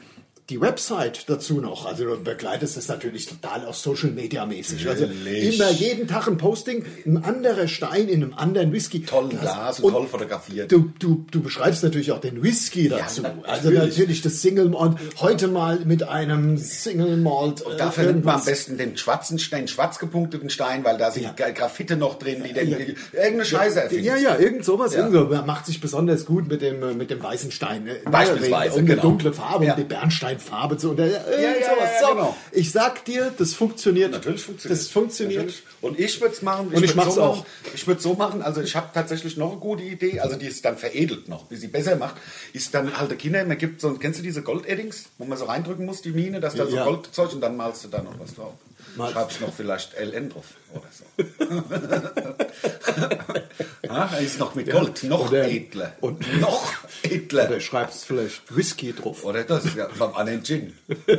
Speaker 3: die Website dazu noch. Also du begleitest es natürlich total auch Social Media mäßig. Also immer jeden Tag ein Posting, ein anderer Stein in einem anderen Whisky.
Speaker 2: Toll Glas und toll fotografiert.
Speaker 3: Du, du, du beschreibst natürlich auch den Whisky dazu. also natürlich das Single Malt. Heute mal mit einem Single Malt. äh,
Speaker 2: Und dafür nimmt man am besten den schwarzen Stein, den schwarz gepunkteten Stein, weil da sind Graffite noch drin, die den, irgendeine Scheiße erfinden.
Speaker 3: Ja, ja, irgend sowas. Ja. Irgendwo. Man macht sich besonders gut mit dem, mit dem weißen Stein. ne?
Speaker 2: Beispielsweise,
Speaker 3: Und eine
Speaker 2: genau.
Speaker 3: dunkle Farbe
Speaker 2: Ja.
Speaker 3: und die Bernsteinfarbe zu. Und der, irgend
Speaker 2: ja,
Speaker 3: sowas.
Speaker 2: ja,
Speaker 3: So,
Speaker 2: genau.
Speaker 3: Ich sag dir, das funktioniert.
Speaker 2: Natürlich funktioniert.
Speaker 3: Das funktioniert.
Speaker 2: Natürlich. Und ich würde es machen.
Speaker 3: Und ich
Speaker 2: würd's
Speaker 3: mach's
Speaker 2: so
Speaker 3: auch.
Speaker 2: Machen, ich würde es so machen. Also ich habe tatsächlich noch eine gute Idee. Also die ist dann veredelt noch, wie sie besser macht, ist dann halt der Kinder. Man gibt so, kennst du diese Gold-Eddings, wo man so reindrücken muss die Mine, dass da so
Speaker 3: Ja.
Speaker 2: Goldzeug und dann malst du da noch was drauf.
Speaker 3: Mal-
Speaker 2: Schreibst noch vielleicht LN drauf oder
Speaker 3: (laughs)
Speaker 2: so. (laughs) ah, ist noch mit Gold, noch
Speaker 3: Oder-
Speaker 2: edler.
Speaker 3: und-
Speaker 2: noch edler.
Speaker 3: Oder schreibst vielleicht Whisky drauf.
Speaker 2: Oder das, ja, vom anderen Gin. (laughs)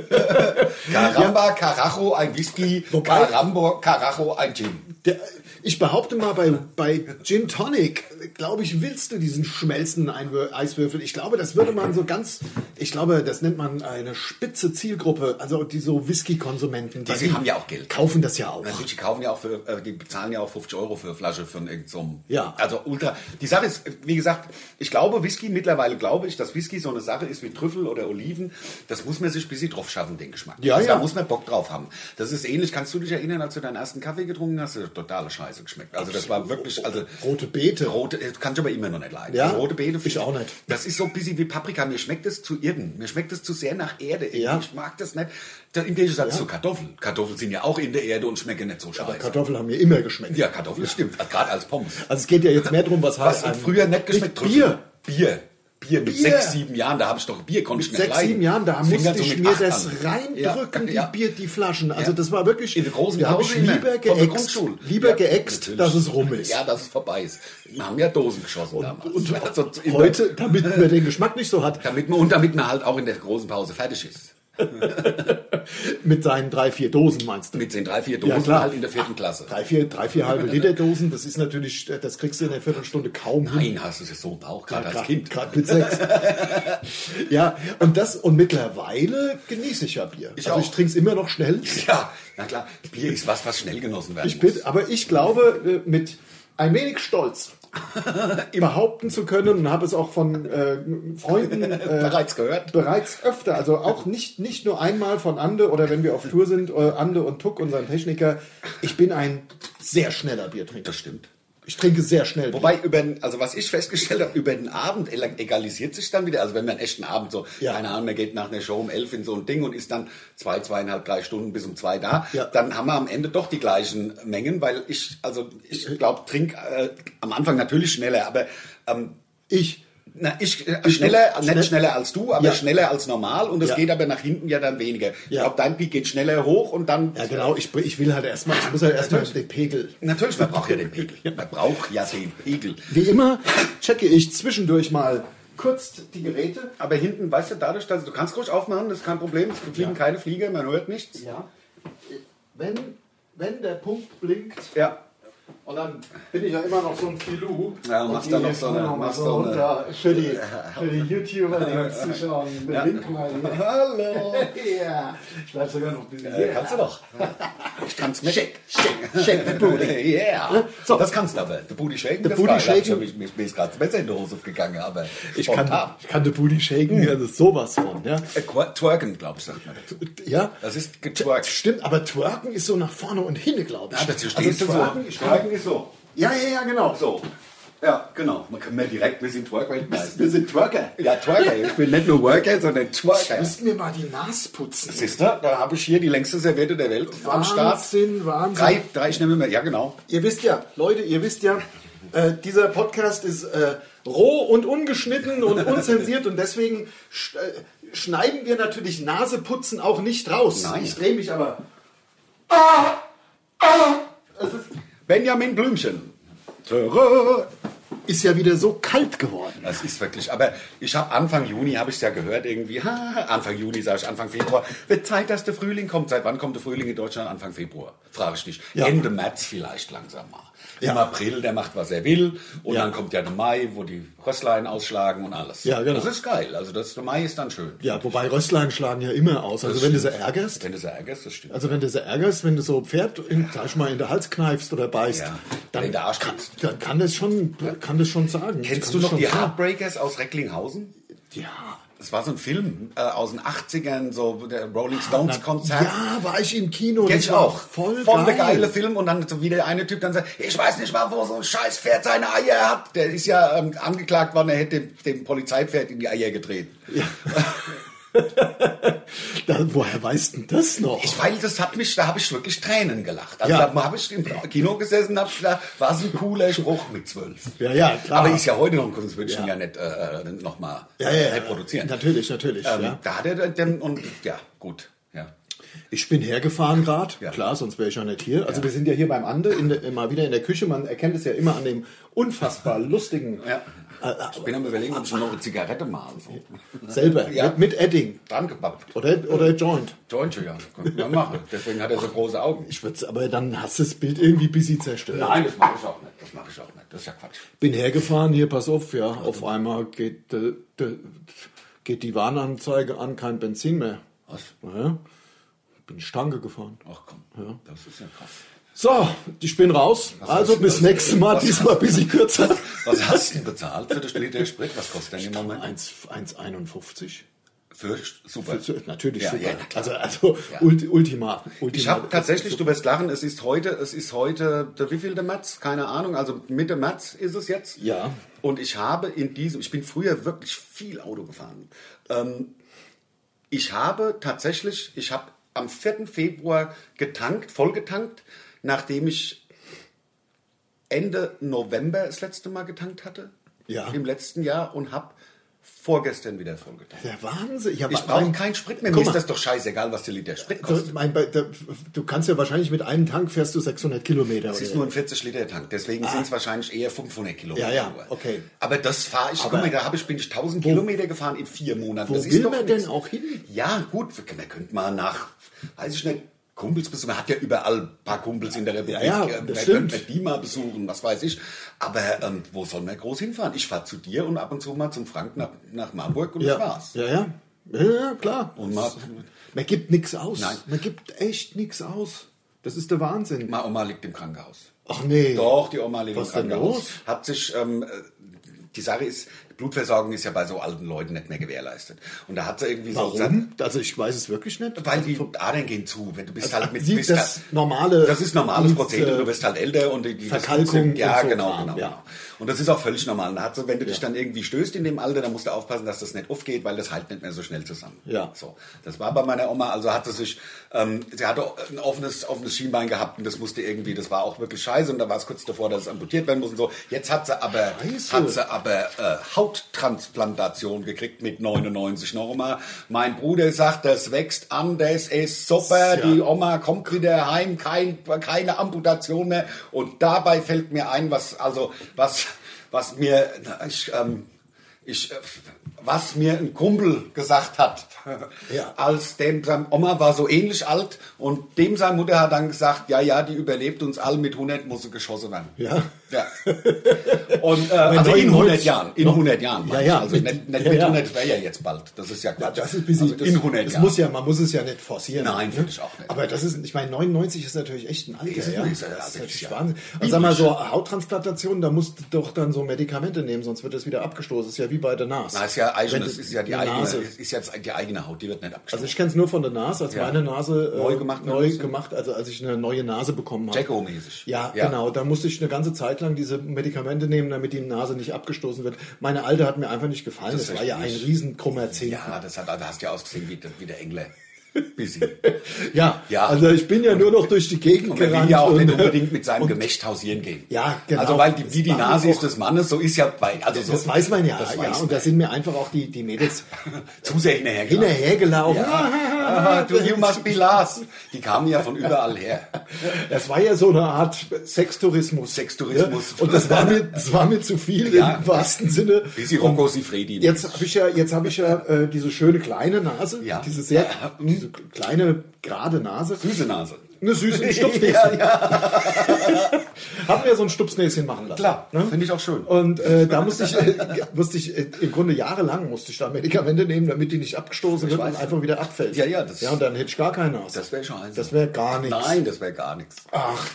Speaker 2: Caramba, Carajo, ein Whisky.
Speaker 3: Wobei-
Speaker 2: Carambo, Carajo, ein Gin.
Speaker 3: Der, ich behaupte mal, bei, bei Gin Tonic, glaube ich, willst du diesen schmelzenden Einwür Eiswürfel. Ich glaube, das würde man so ganz, ich glaube, das nennt man eine spitze Zielgruppe, also die so Whisky-Konsumenten. die-
Speaker 2: Die- sie haben ja auch Geld.
Speaker 3: Kaufen das ja auch.
Speaker 2: Natürlich, die kaufen ja auch für, äh, die bezahlen ja auch 50 Euro für eine Flasche von irgendeinem. So
Speaker 3: Ja.
Speaker 2: Also ultra. Die Sache ist, wie gesagt, ich glaube, Whisky, mittlerweile glaube ich, dass Whisky so eine Sache ist wie Trüffel oder Oliven. Das muss man sich ein bisschen drauf schaffen, den Geschmack.
Speaker 3: Ja,
Speaker 2: also
Speaker 3: ja.
Speaker 2: Da muss man Bock drauf haben. Das ist ähnlich. Kannst du dich erinnern, als du deinen ersten Kaffee getrunken hast? Das hat totale Scheiße geschmeckt. Also das war wirklich, also.
Speaker 3: Rote Beete.
Speaker 2: Rote, das kann ich aber immer noch nicht leiden.
Speaker 3: Ja?
Speaker 2: Rote Beete
Speaker 3: Ich auch nicht.
Speaker 2: Das ist so ein bisschen wie Paprika. Mir schmeckt es zu irden. Mir schmeckt es zu sehr nach Erde. irgendwie.
Speaker 3: Ja.
Speaker 2: Ich mag das nicht. Da- Im Gegensatz zu Kartoffeln. Kartoffeln sind ja auch in der Erde und schmecken nicht so scheiße.
Speaker 3: Kartoffeln haben mir immer geschmeckt.
Speaker 2: ja, Kartoffeln stimmt. Also Gerade als Pommes.
Speaker 3: Also es geht ja jetzt mehr darum, was,
Speaker 2: Was
Speaker 3: hat
Speaker 2: hat
Speaker 3: einem-
Speaker 2: früher nicht geschmeckt?
Speaker 3: Mit Bier.
Speaker 2: Bier. Bier mit
Speaker 3: Bier.
Speaker 2: sechs, sieben Jahren, da habe ich doch Bier, konnte ich
Speaker 3: Mit
Speaker 2: nicht
Speaker 3: sechs,
Speaker 2: leiden.
Speaker 3: sieben Jahren, da
Speaker 2: Fing
Speaker 3: musste
Speaker 2: dann so
Speaker 3: ich
Speaker 2: mit
Speaker 3: mir
Speaker 2: um acht
Speaker 3: das
Speaker 2: an.
Speaker 3: reindrücken,
Speaker 2: Ja,
Speaker 3: die
Speaker 2: ja.
Speaker 3: Bier, die Flaschen. Also
Speaker 2: Ja.
Speaker 3: das war wirklich,
Speaker 2: In der großen
Speaker 3: da habe ich
Speaker 2: Pause immer.
Speaker 3: lieber
Speaker 2: Von der
Speaker 3: geäxt,
Speaker 2: Grundschule.
Speaker 3: lieber
Speaker 2: Ja,
Speaker 3: geäxt,
Speaker 2: natürlich.
Speaker 3: dass es rum ist.
Speaker 2: Ja, dass es vorbei ist. Wir haben ja Dosen geschossen damals.
Speaker 3: Und
Speaker 2: Also in- (laughs)
Speaker 3: heute, damit man den Geschmack nicht so hat,
Speaker 2: damit man, und damit man halt auch in der großen Pause fertig ist.
Speaker 3: (laughs) mit seinen drei, vier Dosen meinst du?
Speaker 2: Mit den drei, vier Dosen
Speaker 3: Ja, klar. Ah,
Speaker 2: halt in der vierten Klasse.
Speaker 3: Drei, vier, drei, vier
Speaker 2: (laughs)
Speaker 3: halbe Liter Dosen, das ist natürlich, das kriegst du in der Viertelstunde kaum hin.
Speaker 2: Nein, hast du es so im Bauch, gerade als Kind.
Speaker 3: Gerade mit
Speaker 2: (laughs)
Speaker 3: sechs. ja, und das, und mittlerweile genieße ich ja Bier.
Speaker 2: Ich
Speaker 3: also
Speaker 2: auch.
Speaker 3: ich trinke es immer noch schnell.
Speaker 2: (laughs) Ja, na klar, Bier ist was, was schnell genossen werden
Speaker 3: Ich bin,
Speaker 2: muss.
Speaker 3: aber ich glaube, äh, mit ein wenig
Speaker 2: (laughs)
Speaker 3: Stolz behaupten zu können und habe es auch von äh,
Speaker 2: (laughs)
Speaker 3: Freunden äh,
Speaker 2: Bereits gehört.
Speaker 3: bereits öfter, also auch nicht, nicht nur einmal von Ande oder wenn wir auf Tour sind, äh, Ande und Tuck, unseren Techniker. Ich bin ein sehr schneller Biertrinker.
Speaker 2: Das stimmt.
Speaker 3: Ich trinke sehr schnell. Bier.
Speaker 2: Wobei, über, den- also was ich festgestellt habe, über den Abend ele- egalisiert sich dann wieder. Also wenn man einen echten Abend so,
Speaker 3: Ja.
Speaker 2: keine Ahnung, man geht nach einer Show um elf in so ein Ding und ist dann zwei, zweieinhalb, drei Stunden bis um zwei da,
Speaker 3: Ja.
Speaker 2: dann haben wir am Ende doch die gleichen Mengen, weil ich, also ich glaube, trink äh, am Anfang natürlich schneller, aber ähm,
Speaker 3: ich.
Speaker 2: Na, ich, äh, schneller,
Speaker 3: Schnell-
Speaker 2: nicht schneller als du, aber
Speaker 3: Ja.
Speaker 2: schneller als normal und es
Speaker 3: Ja.
Speaker 2: geht aber nach hinten ja dann weniger. Ich
Speaker 3: Ja.
Speaker 2: glaube, dein Peak geht schneller hoch und dann.
Speaker 3: Ja, genau, ich, ich will halt erstmal, ich muss halt erstmal den Pegel.
Speaker 2: Natürlich, man braucht ja den Pegel. Man braucht ja den Pegel.
Speaker 3: Wie immer checke ich zwischendurch mal kurz die Geräte.
Speaker 2: Aber hinten, weißt du, dadurch, dass du kannst ruhig aufmachen, das ist kein Problem. Es fliegen keine Flieger, man hört nichts.
Speaker 3: Ja. Wenn, wenn der Punkt blinkt,
Speaker 2: Ja.
Speaker 3: und dann bin ich ja immer noch so ein Filou.
Speaker 2: Ja,
Speaker 3: und
Speaker 2: machst
Speaker 3: gehe
Speaker 2: dann noch
Speaker 3: jetzt
Speaker 2: so ne? eine-
Speaker 3: nur noch mal
Speaker 2: machst
Speaker 3: so
Speaker 2: so eine-
Speaker 3: runter für die, für die YouTuber, die uns zuschauen. Den Link mal hier.
Speaker 2: Hallo.
Speaker 3: (laughs) Ja, ich bleib sogar noch ein bisschen
Speaker 2: Äh,
Speaker 3: hier.
Speaker 2: Kannst du doch. Ich kann's mit.
Speaker 3: Shake, shake, shake the booty.
Speaker 2: Yeah.
Speaker 3: So.
Speaker 2: Das kannst du aber. Der Booty shaken,
Speaker 3: Der
Speaker 2: das
Speaker 3: Booty
Speaker 2: ist geil.
Speaker 3: shaken.
Speaker 2: Mir ist mir ist gerade das Messer in die Hose gegangen, aber
Speaker 3: Ich kann, ich kann die Booty shaken, das ist sowas von, ja.
Speaker 2: Äh, Qu- Twerken, glaube ich, sagt man dazu.
Speaker 3: Ja,
Speaker 2: Das ist getwerkt.
Speaker 3: stimmt, aber twerken ist so nach vorne und hinten, glaube ich.
Speaker 2: Ja, dazu stehst
Speaker 3: also
Speaker 2: du
Speaker 3: twerken,
Speaker 2: so.
Speaker 3: ich
Speaker 2: Twerken ist so.
Speaker 3: Ja, ja, ja, genau.
Speaker 2: So. Ja, genau. Man kann mir direkt, wir sind Twerk-Weltmeister.
Speaker 3: Wir sind Twerker.
Speaker 2: Ja, Twerker. Ich bin nicht nur Worker, sondern Twerker.
Speaker 3: Müssten wir mal die Nase putzen.
Speaker 2: Siehst du, da habe ich hier die längste Serviette der Welt am Start.
Speaker 3: Wahnsinn, Wahnsinn.
Speaker 2: Drei, drei, ich nehme mir, ja genau.
Speaker 3: Ihr wisst ja, Leute, ihr wisst ja, äh, dieser Podcast ist äh, roh und ungeschnitten
Speaker 2: (laughs)
Speaker 3: und unzensiert und deswegen sch äh, schneiden wir natürlich Naseputzen auch nicht raus.
Speaker 2: Nein.
Speaker 3: Ich drehe mich aber.
Speaker 2: Benjamin Blümchen. Töre.
Speaker 3: Ist ja wieder so kalt geworden.
Speaker 2: Das ist wirklich, aber ich habe Anfang Juni, habe ich ja gehört irgendwie, ha, Anfang Juni sage ich, Anfang Februar, wird Zeit, dass der Frühling kommt. Seit wann kommt der Frühling in Deutschland? Anfang Februar, frage ich dich.
Speaker 3: Ja.
Speaker 2: Ende März vielleicht langsam mal. Im April, der macht, was er will. Und
Speaker 3: Ja.
Speaker 2: dann kommt ja der Mai, wo die Rösslein ausschlagen und alles.
Speaker 3: Ja, genau.
Speaker 2: Das ist geil. Also das, der Mai ist dann schön.
Speaker 3: Ja, wobei Röstlein schlagen ja immer aus. Also wenn du sie ärgerst,
Speaker 2: Wenn du sie ärgerst, das stimmt.
Speaker 3: Also wenn du sie ärgerst, wenn du so ein Pferd, in, sag ich mal, in der Hals kneifst oder beißt,
Speaker 2: Ja.
Speaker 3: dann,
Speaker 2: In den Arsch
Speaker 3: kann,
Speaker 2: kriegst.
Speaker 3: dann kann das schon, kann das schon sagen.
Speaker 2: Kennst
Speaker 3: Kann
Speaker 2: du
Speaker 3: das
Speaker 2: noch
Speaker 3: schon
Speaker 2: die
Speaker 3: sagen.
Speaker 2: Heartbreakers aus Recklinghausen?
Speaker 3: Ja.
Speaker 2: Das war so ein Film äh, aus den 80ern, so der Rolling Stones Konzert.
Speaker 3: Ah, Ja, war ich im Kino.
Speaker 2: Kenn
Speaker 3: das
Speaker 2: ich
Speaker 3: war
Speaker 2: auch.
Speaker 3: Voll,
Speaker 2: der
Speaker 3: geil.
Speaker 2: geile Film und dann so wieder der eine Typ dann sagt, ich weiß nicht mal, wo so ein scheiß Pferd seine Eier hat. Der ist ja ähm, angeklagt worden, er hätte dem, dem Polizeipferd in die Eier gedreht.
Speaker 3: (laughs) Da, woher weißt denn das noch?
Speaker 2: Ich, weil das hat mich, da habe ich wirklich Tränen gelacht. Also
Speaker 3: Ja.
Speaker 2: da habe ich im Kino gesessen und habe gedacht, was ein cooler Spruch mit zwölf.
Speaker 3: Ja, ja, klar.
Speaker 2: Aber ist ja heute noch ein Kunst, würde ich
Speaker 3: Ja.
Speaker 2: ihn ja nicht äh, nochmal
Speaker 3: ja, ja, ja,
Speaker 2: reproduzieren.
Speaker 3: Natürlich, natürlich.
Speaker 2: Ähm,
Speaker 3: ja.
Speaker 2: Da hat er den, und ja, gut. Ja.
Speaker 3: Ich bin hergefahren gerade,
Speaker 2: Ja.
Speaker 3: klar, sonst wäre ich ja nicht hier. Also wir sind ja hier beim Ande, in, der- mal wieder in der Küche. Man erkennt es ja immer an dem unfassbar lustigen
Speaker 2: Ja.
Speaker 3: äh,
Speaker 2: Ich bin am überlegen, ob ich noch eine Zigarette mal so.
Speaker 3: äh, selber
Speaker 2: Ja.
Speaker 3: mit, mit Edding
Speaker 2: Dran gebappt.
Speaker 3: oder, oder Joint.
Speaker 2: Joint ja. Könnte man machen. Deswegen hat er so große Augen.
Speaker 3: Ich würde aber dann hast du das Bild irgendwie busy zerstört.
Speaker 2: Nein, das mache ich auch nicht. Das mache ich auch nicht. Das ist ja Quatsch.
Speaker 3: Bin hergefahren, hier, pass auf, ja. Auf einmal geht, äh, de, geht die Warnanzeige an, kein Benzin mehr.
Speaker 2: Was?
Speaker 3: Ja. Bin Stange gefahren.
Speaker 2: Ach komm, das ist ja krass.
Speaker 3: So, ich bin raus. also
Speaker 2: hast du-
Speaker 3: bis
Speaker 2: was-
Speaker 3: nächstes Mal,
Speaker 2: was
Speaker 3: diesmal ein bisschen kürzer.
Speaker 2: Was hast du denn bezahlt für das Liter Sprit? Was kostet denn im Moment?
Speaker 3: 1 1,51.
Speaker 2: Für super.
Speaker 3: So, Also, Natürlich
Speaker 2: Ja,
Speaker 3: super.
Speaker 2: ja, na klar.
Speaker 3: also also
Speaker 2: Ja.
Speaker 3: Ulti, Ultima, Ultima.
Speaker 2: Ich habe tatsächlich, du wirst lachen, es ist heute, es ist heute, der wievielte März? Keine Ahnung, also Mitte März ist es jetzt.
Speaker 3: Ja.
Speaker 2: Und ich habe in diesem, ich bin früher wirklich viel Auto gefahren. Ähm, ich habe tatsächlich, ich habe am 4. Februar getankt, vollgetankt, nachdem ich Ende November das letzte Mal getankt hatte.
Speaker 3: Ja.
Speaker 2: Im letzten Jahr und habe vorgestern wieder vollgetankt.
Speaker 3: Der Wahnsinn. Ja,
Speaker 2: Ich
Speaker 3: wa-
Speaker 2: brauche keinen Sprit mehr.
Speaker 3: Guck
Speaker 2: Mir ist
Speaker 3: mal.
Speaker 2: das doch scheißegal, was der Liter Sprit
Speaker 3: So,
Speaker 2: kostet.
Speaker 3: mein, bei- da- du kannst ja wahrscheinlich mit einem Tank fährst du 600 Kilometer.
Speaker 2: Es
Speaker 3: oder
Speaker 2: ist nur ein 40-Liter-Tank, deswegen sind es wahrscheinlich eher 500 Kilometer.
Speaker 3: Ah. Ja, ja,
Speaker 2: nur.
Speaker 3: okay.
Speaker 2: Aber das fahre ich,
Speaker 3: Aber-
Speaker 2: guck mal, da hab ich, bin ich 1000 Kilometer gefahren in vier Monaten.
Speaker 3: Wo
Speaker 2: das
Speaker 3: will
Speaker 2: ist doch
Speaker 3: man
Speaker 2: nix.
Speaker 3: denn auch hin?
Speaker 2: Ja, gut, wir, wir könnten mal nach, weiß ich nicht, Kumpels besuchen. Man hat ja überall ein paar Kumpels in der Republik.
Speaker 3: ja,
Speaker 2: Äh,
Speaker 3: das
Speaker 2: da
Speaker 3: stimmt.
Speaker 2: könnten wir die mal besuchen, was weiß ich. Aber ähm, wo soll man groß hinfahren? Ich fahre zu dir und ab und zu mal zum Frank nach, nach Marburg und das
Speaker 3: Ja,
Speaker 2: war's.
Speaker 3: ja, ja. Ja, ja, klar.
Speaker 2: Und mal,
Speaker 3: Man gibt nichts aus.
Speaker 2: Nein.
Speaker 3: Man gibt echt nichts aus. Das ist der Wahnsinn.
Speaker 2: mal Oma liegt im Krankenhaus.
Speaker 3: Ach nee.
Speaker 2: Doch, die Oma lebt
Speaker 3: Was
Speaker 2: im
Speaker 3: denn
Speaker 2: Krankenhaus.
Speaker 3: los?
Speaker 2: Hat sich, ähm, äh, die Sache ist, Blutversorgung ist ja bei so alten Leuten nicht mehr gewährleistet. Und da hat sie irgendwie so
Speaker 3: Warum? Also ich weiß es wirklich nicht.
Speaker 2: weil die Adern gehen zu, wenn du bist halt mit
Speaker 3: also, Sie-
Speaker 2: bist
Speaker 3: das
Speaker 2: halt-
Speaker 3: normale- äh,
Speaker 2: Das ist normales
Speaker 3: diese-
Speaker 2: Prozedere, du wirst halt älter und die, die das
Speaker 3: Verkalkung
Speaker 2: funktioniert- Ja,
Speaker 3: und so
Speaker 2: genau,
Speaker 3: Kram,
Speaker 2: genau,
Speaker 3: ja.
Speaker 2: genau. Und das ist auch völlig normal. Da hat so, wenn du dich dann irgendwie stößt in dem Alter, dann musst du aufpassen, dass das nicht aufgeht, weil das halt nicht mehr so schnell zusammen.
Speaker 3: Ja.
Speaker 2: So, das war bei meiner Oma. Also hatte sich, ähm, sie hatte ein offenes, offenes Schienbein gehabt und das musste irgendwie, das war auch wirklich scheiße und da war es kurz davor, dass es amputiert werden muss und so. Jetzt hat sie aber,
Speaker 3: Scheiße.
Speaker 2: hat sie aber äh, Hauttransplantation gekriegt mit 99 nochmal. Mein Bruder sagt, das wächst an, das ist super,
Speaker 3: Ja.
Speaker 2: die Oma kommt wieder heim, kein, keine Amputation mehr. Und dabei fällt mir ein, was, also, was, was mir, na, ich, ähm, ich, äh, was mir ein Kumpel gesagt hat,
Speaker 3: Ja.
Speaker 2: als dem, sein Oma war so ähnlich alt und dem seine Mutter hat dann gesagt, ja, ja, die überlebt uns alle, mit 100 muss sie geschossen werden.
Speaker 3: Ja.
Speaker 2: Ja. Und äh, also
Speaker 3: neuen
Speaker 2: in 100
Speaker 3: Holz-
Speaker 2: Jahren, in
Speaker 3: noch-
Speaker 2: 100 Jahren. meine
Speaker 3: Ja, ja,
Speaker 2: ich. Also
Speaker 3: mit-
Speaker 2: nicht, nicht
Speaker 3: ja,
Speaker 2: mit
Speaker 3: ja.
Speaker 2: 100, das wäre ja jetzt bald. Das ist ja
Speaker 3: Ja,
Speaker 2: Quatsch.
Speaker 3: das ist busy.
Speaker 2: also
Speaker 3: das,
Speaker 2: in 100
Speaker 3: das
Speaker 2: Jahren.
Speaker 3: muss ja, man muss es ja nicht forcieren.
Speaker 2: Nein,
Speaker 3: ne?
Speaker 2: finde ich auch nicht.
Speaker 3: Aber das ist, ich meine, 99 ist natürlich echt ein Alter.
Speaker 2: Ist-
Speaker 3: ja.
Speaker 2: ist-
Speaker 3: das ist
Speaker 2: also
Speaker 3: natürlich
Speaker 2: ja.
Speaker 3: Wahnsinn. Und sag mal, so Hauttransplantation, da musst du doch dann so Medikamente nehmen, sonst wird das wieder abgestoßen. Ist ja wie bei der NAS.
Speaker 2: Na, ist ja
Speaker 3: Wenn
Speaker 2: eigene,
Speaker 3: du-
Speaker 2: das ist ja die
Speaker 3: eine
Speaker 2: eigene,
Speaker 3: Nase.
Speaker 2: ist jetzt die eigene Haut, die wird nicht
Speaker 3: Also
Speaker 2: abgeschnitten.
Speaker 3: ich kenne es nur von der Nase, als meine Nase äh,
Speaker 2: Neu gemacht ne, werden
Speaker 3: neu
Speaker 2: musste.
Speaker 3: gemacht, also als ich eine neue Nase bekommen habe.
Speaker 2: Jacko-mäßig.
Speaker 3: Ja,
Speaker 2: Ja.
Speaker 3: genau. Da musste ich eine ganze Zeit lang diese Medikamente nehmen, damit die Nase nicht abgestoßen wird. Meine alte hat mir einfach nicht gefallen. Das,
Speaker 2: Das
Speaker 3: war ja ein
Speaker 2: verstehe ich.
Speaker 3: riesen krummer Zehn.
Speaker 2: ja, das hat, da hast du ja ausgesehen wie, der- wie der Engler. Busy.
Speaker 3: (laughs) Ja.
Speaker 2: Ja.
Speaker 3: also ich bin ja nur noch durch die Gegend
Speaker 2: Und man
Speaker 3: gerannt.
Speaker 2: will ja auch nicht
Speaker 3: und-
Speaker 2: unbedingt mit seinem Gemächt hausieren gehen.
Speaker 3: Ja, genau.
Speaker 2: Also weil die, wie die
Speaker 3: Das war
Speaker 2: Nase
Speaker 3: auch-
Speaker 2: ist des Mannes, so ist ja bei, also so,
Speaker 3: (laughs) das weiß man ja.
Speaker 2: Das
Speaker 3: ja.
Speaker 2: weiß
Speaker 3: Und da
Speaker 2: man.
Speaker 3: sind mir einfach auch die, die Mädels
Speaker 2: Zu sehr hinterhergelaufen.
Speaker 3: hinterhergelaufen.
Speaker 2: Ja. Du, you must be Lars. Die kamen ja von überall her.
Speaker 3: Das war ja so eine Art Sextourismus.
Speaker 2: Sextourismus.
Speaker 3: Ja? Und das war mir, das war mir zu viel
Speaker 2: Ja.
Speaker 3: im wahrsten Sinne.
Speaker 2: Wie sie Rocco Sifredi.
Speaker 3: Jetzt habe ich ja, jetzt habe ich ja äh, diese schöne kleine Nase,
Speaker 2: Ja.
Speaker 3: diese sehr, diese kleine gerade Nase.
Speaker 2: Süße Nase.
Speaker 3: Eine
Speaker 2: (laughs)
Speaker 3: süße Stupsnäschen. (laughs) Haben wir so ein Stupsnäschen machen lassen.
Speaker 2: Klar,
Speaker 3: Ne?
Speaker 2: finde ich auch schön.
Speaker 3: Und äh, da musste ich, äh, musste ich äh, im Grunde jahrelang musste ich da Medikamente nehmen, damit die nicht abgestoßen wird und
Speaker 2: weiß.
Speaker 3: einfach wieder abfällt.
Speaker 2: Ja, ja, das-
Speaker 3: ja und dann hätte ich gar keine aus.
Speaker 2: Das wäre scheiße.
Speaker 3: Das wäre gar nichts.
Speaker 2: Nein, das wäre gar nichts.
Speaker 3: Ach,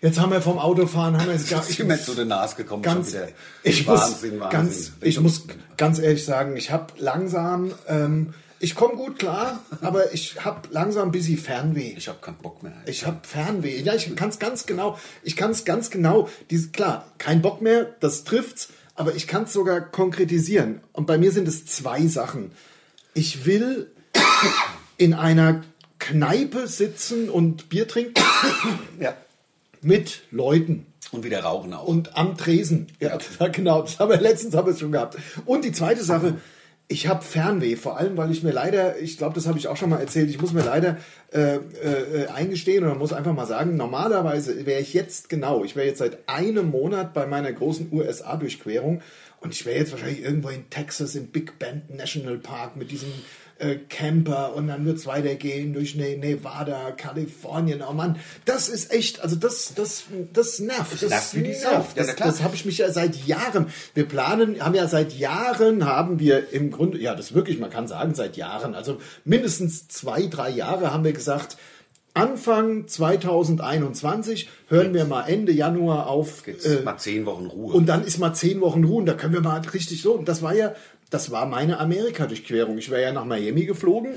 Speaker 3: jetzt haben wir vom Autofahren, haben wir
Speaker 2: (laughs)
Speaker 3: jetzt gar
Speaker 2: Ich bin mir zu den Nas gekommen.
Speaker 3: ganz,
Speaker 2: schon wieder.
Speaker 3: ich muss,
Speaker 2: Wahnsinn, Wahnsinn.
Speaker 3: ganz, ich muss ganz ehrlich sagen, ich habe langsam, ähm, ich komme gut klar, aber ich habe langsam ein bisschen Fernweh.
Speaker 2: ich habe keinen Bock mehr.
Speaker 3: Ich habe Fernweh. Ja, ich kann es ganz genau. Ich kann es ganz genau. Dies, klar, kein Bock mehr, das trifft's, aber ich kann es sogar konkretisieren. Und bei mir sind es zwei Sachen. Ich will in einer Kneipe sitzen und Bier trinken
Speaker 2: ja.
Speaker 3: mit Leuten
Speaker 2: Und wieder rauchen auch.
Speaker 3: und am Tresen. Ja, (laughs) genau. Das haben wir letztens haben wir es schon gehabt. Und die zweite Sache, ich habe Fernweh, vor allem, weil ich mir leider, ich glaube, das habe ich auch schon mal erzählt, ich muss mir leider äh, äh, eingestehen oder muss einfach mal sagen, normalerweise wäre ich jetzt genau, ich wäre jetzt seit einem Monat bei meiner großen USA-Durchquerung und ich wäre jetzt wahrscheinlich irgendwo in Texas im Big Bend National Park mit diesem äh, Camper und dann wird es weitergehen durch Ne- Nevada, Kalifornien. Oh Mann, das ist echt, also das, das, das nervt. Das
Speaker 2: nervt wie die Sau. Ja, na
Speaker 3: Das,
Speaker 2: klar.
Speaker 3: das habe ich mich ja seit Jahren. Wir planen, haben ja seit Jahren, haben wir im Grunde, ja, das wirklich, man kann sagen, seit Jahren, also mindestens zwei, drei Jahre haben wir gesagt, Anfang 2021 hören wir mal Ende Januar auf.
Speaker 2: Jetzt
Speaker 3: äh,
Speaker 2: mal zehn Wochen Ruhe.
Speaker 3: und dann ist mal zehn Wochen Ruhe und da können wir mal richtig so. Und das war ja, das war meine Amerika-Durchquerung. Ich wäre ja nach Miami geflogen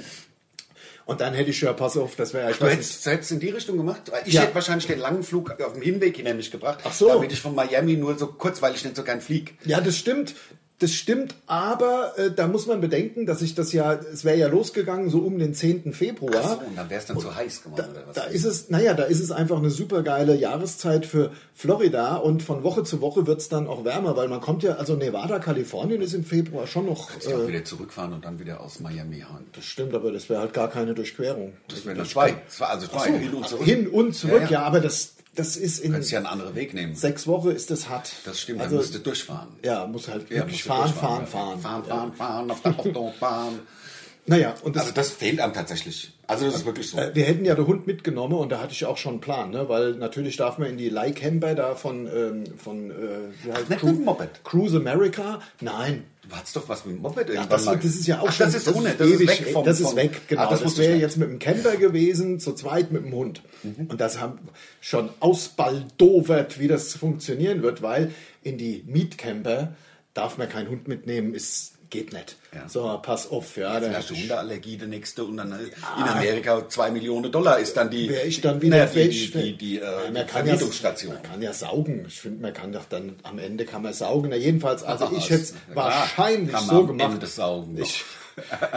Speaker 3: und dann hätte ich ja, pass auf, das wäre ja, ich
Speaker 2: Du
Speaker 3: weiß nicht.
Speaker 2: hättest selbst in die Richtung gemacht. Ich
Speaker 3: Ja.
Speaker 2: hätte wahrscheinlich den langen Flug auf dem Hinweg hinter mich gebracht.
Speaker 3: Ach so.
Speaker 2: Damit ich von Miami nur so kurz, weil ich nicht so gern flieg.
Speaker 3: Ja, das stimmt. Das stimmt, aber äh, da muss man bedenken, dass ich das ja, es wäre ja losgegangen so um den 10. Februar.
Speaker 2: Ach so, und dann wäre es dann zu heiß geworden oder was?
Speaker 3: Da ist es, naja, da ist es einfach eine super geile Jahreszeit für Florida und von Woche zu Woche wird es dann auch wärmer, weil man kommt ja, also Nevada, Kalifornien ist im Februar schon noch.
Speaker 2: Ich auch
Speaker 3: Äh,
Speaker 2: wieder zurückfahren und dann wieder aus Miami hauen.
Speaker 3: das stimmt, aber das wäre halt gar keine Durchquerung.
Speaker 2: Das wären dann zwei. Das war also zwei. hin und zurück.
Speaker 3: Hin und zurück, ja,
Speaker 2: Ja, ja.
Speaker 3: aber das, das ist in
Speaker 2: Kannst ja einen anderen Weg nehmen.
Speaker 3: sechs Wochen ist das hart.
Speaker 2: Das stimmt, dann
Speaker 3: Also,
Speaker 2: musst du durchfahren.
Speaker 3: ja, muss halt
Speaker 2: Ja,
Speaker 3: wirklich
Speaker 2: musst du
Speaker 3: fahren, fahren,
Speaker 2: durchfahren.
Speaker 3: fahren,
Speaker 2: Fahren, fahren, fahren, auf der Autobahn.
Speaker 3: Naja, und das
Speaker 2: (laughs) Also das fehlt einem tatsächlich. Also das ist wirklich so.
Speaker 3: Äh, Wir hätten ja den Hund mitgenommen und da hatte ich auch schon einen Plan, ne? weil natürlich darf man in die Leihcamper da von, ähm, von äh, wie heißt-
Speaker 2: nicht mit dem Moped?
Speaker 3: Cruise America. Nein,
Speaker 2: Du hattest doch was mit dem Moped irgendwann
Speaker 3: das,
Speaker 2: mal.
Speaker 3: das ist ja auch
Speaker 2: Ach,
Speaker 3: schon
Speaker 2: das ist ohne, das ist weg vom...
Speaker 3: das ist
Speaker 2: vom-
Speaker 3: weg, genau.
Speaker 2: Ah, das
Speaker 3: das
Speaker 2: wusste ich
Speaker 3: wäre
Speaker 2: nicht. Mhm.
Speaker 3: jetzt mit dem Camper gewesen, zu zweit mit dem Hund. Und das haben schon ausbaldowert, wie das funktionieren wird, weil in die Mietcamper darf man keinen Hund mitnehmen, ist geht nicht.
Speaker 2: Ja.
Speaker 3: So, pass auf, ja. da-
Speaker 2: Ja, die Hundeallergie, der nächste und dann äh, in Amerika zwei Millionen Dollar ist dann die
Speaker 3: wäre ich dann wieder
Speaker 2: na, die,
Speaker 3: fälsch-
Speaker 2: die, die, die, äh,
Speaker 3: Ja, man
Speaker 2: die
Speaker 3: kann ja,
Speaker 2: Vermietungsstation.
Speaker 3: man kann ja saugen. Ich finde, man kann doch dann am Ende kann man saugen. Na, jedenfalls, also
Speaker 2: Ah,
Speaker 3: ich
Speaker 2: ist-
Speaker 3: hätte es
Speaker 2: na klar,
Speaker 3: wahrscheinlich
Speaker 2: kann man
Speaker 3: so
Speaker 2: am
Speaker 3: gemacht.
Speaker 2: Ende saugen noch.
Speaker 3: ich,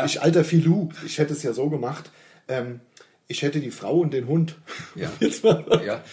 Speaker 3: ich alter Filou, ich hätte es ja so gemacht. Ähm, ich hätte die Frau und den Hund
Speaker 2: Ja.
Speaker 3: (laughs) jetzt mal
Speaker 2: Ja.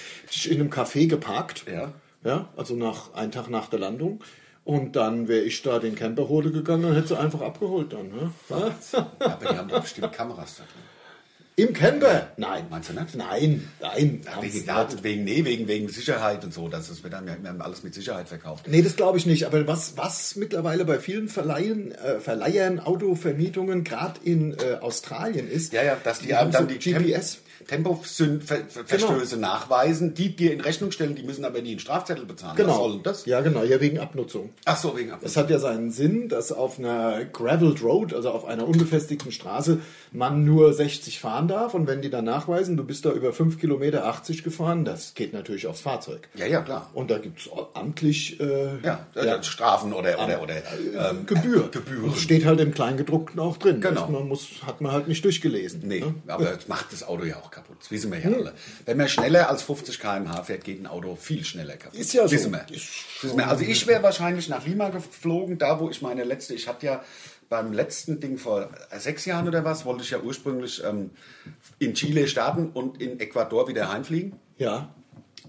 Speaker 3: in einem Café geparkt.
Speaker 2: Ja.
Speaker 3: Ja, also nach einen Tag nach der Landung. Und dann wäre ich da den Camper hole gegangen und hätte sie einfach abgeholt dann. Ne?
Speaker 2: Ja, aber die haben doch bestimmt Kameras da drin.
Speaker 3: Im Camper? Nein.
Speaker 2: Meinst du nicht?
Speaker 3: Nein, nein. ganz-
Speaker 2: Wegen, Daten, wegen, nee, wegen, wegen Sicherheit und so. Das ist, wir haben ja immer alles mit Sicherheit verkauft.
Speaker 3: Nee, das glaube ich nicht. Aber was, was mittlerweile bei vielen Verleihen, äh, Verleihern, Autovermietungen, gerade in äh, Australien ist,
Speaker 2: Ja, ja, dass die,
Speaker 3: haben
Speaker 2: haben dann
Speaker 3: so
Speaker 2: die
Speaker 3: GPS.
Speaker 2: Tempoverstöße nachweisen, die dir in Rechnung stellen, die müssen aber nie einen Strafzettel bezahlen. Was soll
Speaker 3: Genau.
Speaker 2: denn das?
Speaker 3: Ja, genau, ja, wegen Abnutzung.
Speaker 2: Ach so, wegen Abnutzung.
Speaker 3: Es hat ja seinen Sinn, dass auf einer Graveled Road, also auf einer unbefestigten Straße, man nur 60 fahren darf. Und wenn die dann nachweisen, du bist da über 5 Kilometer 80 gefahren, das geht natürlich aufs Fahrzeug.
Speaker 2: Ja, ja, klar.
Speaker 3: Und da gibt es amtlich äh,
Speaker 2: Ja, äh, Strafen oder, oder, oder ähm,
Speaker 3: Gebühr.
Speaker 2: Gebühren.
Speaker 3: Steht halt im Kleingedruckten auch drin.
Speaker 2: Genau.
Speaker 3: Das Man muss, hat man halt nicht durchgelesen.
Speaker 2: Nee,
Speaker 3: ne?
Speaker 2: aber das macht das Auto ja auch kaputt. Das wissen wir ja alle. Wenn man schneller als 50 km/h fährt, geht ein Auto viel schneller kaputt.
Speaker 3: Ist ja so.
Speaker 2: Wissen wir. Wissen wir. Also ich wäre wahrscheinlich nach Lima geflogen, da wo ich meine letzte, ich hatte ja beim letzten Ding vor äh, sechs Jahren oder was, wollte ich ja ursprünglich ähm, in Chile starten und in Ecuador wieder heimfliegen
Speaker 3: Ja.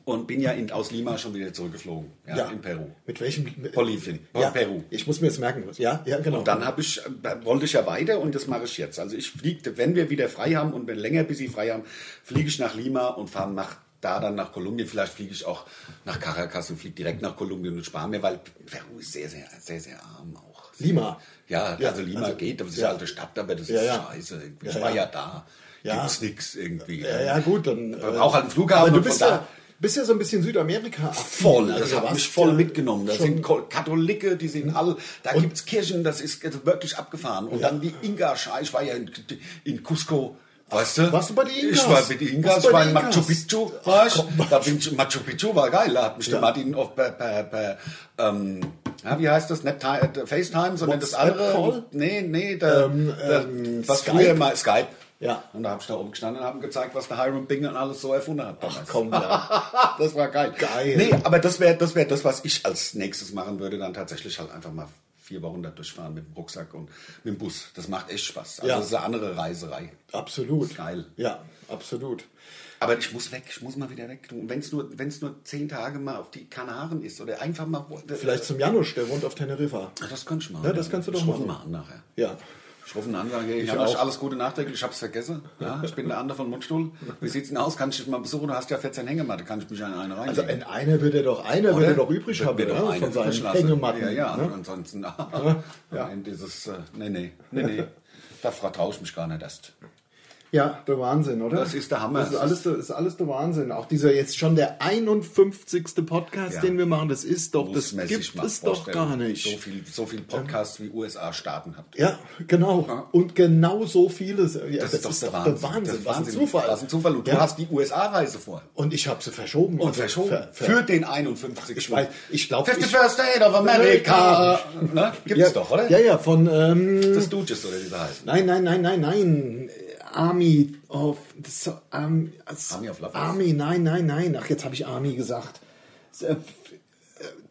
Speaker 2: und bin ja in, aus Lima schon wieder zurückgeflogen, ja, in Peru.
Speaker 3: Mit welchem? mit-
Speaker 2: Bolivien,
Speaker 3: Ja,
Speaker 2: Peru.
Speaker 3: Ich muss mir jetzt merken. was- Ja, ja, genau.
Speaker 2: Dann hab ich, äh, wollte ich ja weiter und das mache ich jetzt. Also ich fliege, wenn wir wieder frei haben und wenn länger bis sie frei haben, fliege ich nach Lima und fahre nach da dann nach Kolumbien. Vielleicht fliege ich auch nach Caracas und fliege direkt nach Kolumbien und spare mir, weil Peru ist sehr, sehr, sehr, sehr arm auch.
Speaker 3: Lima.
Speaker 2: Ja,
Speaker 3: Ja,
Speaker 2: also Lima
Speaker 3: also-
Speaker 2: geht, aber es ist
Speaker 3: ja.
Speaker 2: eine alte Stadt, aber das ist
Speaker 3: Ja, ja.
Speaker 2: scheiße. irgendwie.
Speaker 3: Ja,
Speaker 2: Ich war
Speaker 3: ja.
Speaker 2: ja da.
Speaker 3: Ja.
Speaker 2: Gibt's nix irgendwie.
Speaker 3: Ja, ja, gut, dann. äh,
Speaker 2: Man braucht halt einen Flughafen
Speaker 3: Aber du
Speaker 2: und
Speaker 3: bist
Speaker 2: von
Speaker 3: ja,
Speaker 2: da-
Speaker 3: bist ja so ein bisschen Südamerika.
Speaker 2: voll. Das
Speaker 3: Also
Speaker 2: hat
Speaker 3: was-
Speaker 2: mich voll
Speaker 3: ja,
Speaker 2: mitgenommen. Da
Speaker 3: schon- Mhm.
Speaker 2: sind Ko- Katholike, die sind alle. Da gibt's Kirchen, das ist wirklich abgefahren. Und dann die Inka-Schreie. Ich war ja in, in Cusco. Weißt du?
Speaker 3: warst du bei den Inkas?
Speaker 2: Ich war bei den Inkas,
Speaker 3: Warst du
Speaker 2: ich
Speaker 3: bei
Speaker 2: war
Speaker 3: den
Speaker 2: in Machu
Speaker 3: Inkas?
Speaker 2: Picchu. War ich. Da bin ich, Machu Picchu war geil. Da hat mich der Martin auf per, per, per ähm, ja, wie heißt das? Nicht Ti- äh, FaceTime, sondern das
Speaker 3: WhatsApp
Speaker 2: andere.
Speaker 3: Call?
Speaker 2: Nee, nee, der,
Speaker 3: Ähm,
Speaker 2: der,
Speaker 3: ähm,
Speaker 2: was
Speaker 3: Skype?
Speaker 2: früher mal Skype.
Speaker 3: Ja.
Speaker 2: Und da hab ich da oben gestanden und haben gezeigt, was der Hiram Bingham alles so erfunden hat. Ach
Speaker 3: Komm, ja.
Speaker 2: (laughs) das war geil.
Speaker 3: Geil.
Speaker 2: Nee, aber das wäre das, wär das, was ich als nächstes machen würde, dann tatsächlich halt einfach mal vier Wochen da durchfahren mit dem Rucksack und mit dem Bus. Das macht echt Spaß. Also
Speaker 3: Ja.
Speaker 2: das ist eine andere Reiserei.
Speaker 3: absolut.
Speaker 2: Geil.
Speaker 3: Ja, absolut.
Speaker 2: Aber ich muss weg, ich muss mal wieder weg. Wenn es nur, wenn's nur zehn Tage mal auf die Kanaren ist oder einfach mal...
Speaker 3: Vielleicht zum Janusch, der wohnt auf Teneriffa.
Speaker 2: Ach, Das könnte ich machen.
Speaker 3: Ja, das kannst du doch
Speaker 2: ich rufe
Speaker 3: machen.
Speaker 2: mal an nachher.
Speaker 3: Ja.
Speaker 2: Ich rufe ihn an, sage, hey,
Speaker 3: Ich
Speaker 2: ich habe
Speaker 3: auch.
Speaker 2: alles Gute nachträglich, ich habe es vergessen. Ja, ich bin der andere von Mundstuhl. Wie sieht's denn aus? Kann ich dich mal besuchen? Du hast ja 14 Hängematte, kann ich mich an einen reinlegen?
Speaker 3: Also in einer wird er doch, einer wird er doch übrig haben,
Speaker 2: Wird
Speaker 3: ne?
Speaker 2: doch eine
Speaker 3: von seinen
Speaker 2: übrig lassen.
Speaker 3: Hängematten.
Speaker 2: Ja, ja,
Speaker 3: Ne?
Speaker 2: ansonsten. (laughs) Ja. Nein, dieses, äh, nee, nee, nee, nee. Da vertraue ich mich gar nicht erst.
Speaker 3: ja, der Wahnsinn, oder?
Speaker 2: Das ist der Hammer.
Speaker 3: Das ist alles, der- ist alles der Wahnsinn. Auch dieser jetzt schon der 51. Podcast,
Speaker 2: Ja.
Speaker 3: den wir machen, das ist doch, das
Speaker 2: Berufsmäßig
Speaker 3: gibt
Speaker 2: mal
Speaker 3: es doch
Speaker 2: vorstellen.
Speaker 3: gar nicht.
Speaker 2: So viel, so viel Podcasts wie USA-Staaten habt.
Speaker 3: Ja, genau. Und genau so vieles. Ja,
Speaker 2: Das, ist doch der Wahnsinn.
Speaker 3: der Wahnsinn.
Speaker 2: Das
Speaker 3: Was ein Zufall.
Speaker 2: Was ein Zufall. Und
Speaker 3: Ja.
Speaker 2: du hast die USA-Reise vor.
Speaker 3: Und ich habe sie verschoben.
Speaker 2: Und verschoben.
Speaker 3: Ver, ver,
Speaker 2: Für den 51.
Speaker 3: ich weiß, ich glaube,
Speaker 2: 50 First State of America. Ne? Gibt's
Speaker 3: ja,
Speaker 2: doch, oder?
Speaker 3: Ja, ja, von, ähm,
Speaker 2: Das Stooges, oder wie sie heißen.
Speaker 3: nein, nein, nein, nein, nein, Army of, das, ähm, als-
Speaker 2: Army of Love.
Speaker 3: Army, nein, nein, nein, ach, jetzt habe ich Army gesagt. S- äh, äh,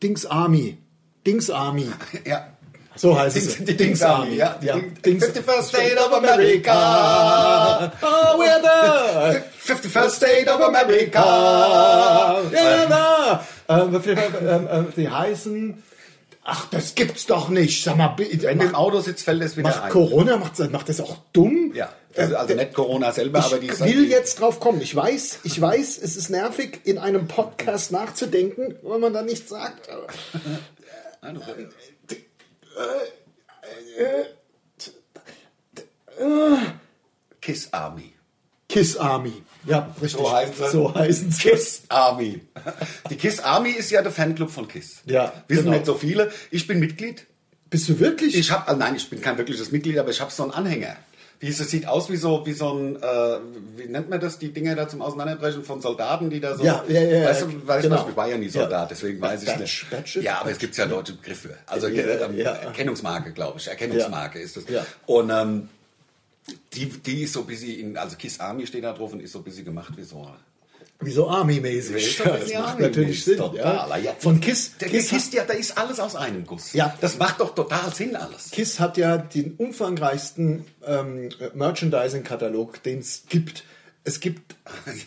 Speaker 3: Dings Army. Dings Army.
Speaker 2: (laughs) Ja.
Speaker 3: So heißt
Speaker 2: (laughs) Dings,
Speaker 3: es.
Speaker 2: die Dings Army, ja. Die
Speaker 3: Dings,
Speaker 2: 51st State of America.
Speaker 3: Oh, we're there.
Speaker 2: 51st State of America.
Speaker 3: Ja, ja, da. Ähm, ähm, ähm, die heißen. Ach, das gibt's doch nicht. Sag mal, bitte.
Speaker 2: Wenn du im Auto sitzt, fällt es wieder
Speaker 3: Macht
Speaker 2: ein.
Speaker 3: Corona macht, macht das auch dumm?
Speaker 2: Ja, das ist also
Speaker 3: Äh,
Speaker 2: nicht Corona selber, aber die
Speaker 3: ich will jetzt drauf kommen. Ich weiß, ich weiß, es ist nervig, in einem Podcast nachzudenken, wenn man da nichts sagt. Aber,
Speaker 2: Kiss Army.
Speaker 3: Kiss Army. Ja, richtig.
Speaker 2: So heißen sie.
Speaker 3: So heißen sie. Kiss.
Speaker 2: Army. Die Kiss Army ist ja der Fanclub von Kiss.
Speaker 3: Ja,
Speaker 2: Wissen
Speaker 3: genau.
Speaker 2: nicht so viele. Ich bin Mitglied.
Speaker 3: Bist du wirklich?
Speaker 2: Ich habe, nein, ich bin kein wirkliches Mitglied, aber ich habe so einen Anhänger. Wie es das sieht aus wie so, wie so ein, äh, wie nennt man das, die Dinger da zum Auseinanderbrechen von Soldaten, die da so.
Speaker 3: Ja, ja, ja,
Speaker 2: Weißt
Speaker 3: ja,
Speaker 2: du, weißt
Speaker 3: genau.
Speaker 2: du, ich war ja nie Soldat,
Speaker 3: Ja.
Speaker 2: deswegen weiß ich
Speaker 3: Badge,
Speaker 2: nicht.
Speaker 3: Badge ist-
Speaker 2: ja, aber es gibt ja deutsche Begriffe. Also
Speaker 3: Ja,
Speaker 2: äh, ähm,
Speaker 3: ja.
Speaker 2: Erkennungsmarke, glaube ich. Erkennungsmarke
Speaker 3: Ja.
Speaker 2: ist das.
Speaker 3: Ja.
Speaker 2: Und ähm, die, die ist so ein bisschen, in, also Kiss Army steht da drauf und ist so ein bisschen gemacht wie so.
Speaker 3: Wie so Army-mäßig.
Speaker 2: Ja,
Speaker 3: Ja,
Speaker 2: das
Speaker 3: das macht
Speaker 2: Army
Speaker 3: natürlich
Speaker 2: ist
Speaker 3: Sinn.
Speaker 2: total.
Speaker 3: Ja.
Speaker 2: Ja,
Speaker 3: Von Kiss.
Speaker 2: Der
Speaker 3: Kiss,
Speaker 2: Kiss,
Speaker 3: Kiss,
Speaker 2: ja, da ist alles aus einem Guss.
Speaker 3: Ja.
Speaker 2: Das macht doch total Sinn alles.
Speaker 3: Kiss hat ja den umfangreichsten ähm, Merchandising-Katalog, den es gibt. Es gibt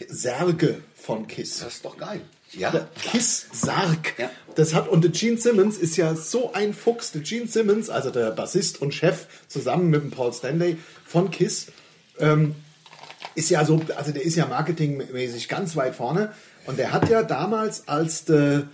Speaker 3: Särge von Kiss.
Speaker 2: Das ist doch geil. Ja.
Speaker 3: Kiss Sarg.
Speaker 2: Ja.
Speaker 3: Das hat und der Gene Simmons ist ja so ein Fuchs. Der Gene Simmons, also der Bassist und Chef zusammen mit dem Paul Stanley von Kiss, ähm, ist ja so, also der ist ja marketingmäßig ganz weit vorne und der hat ja damals als der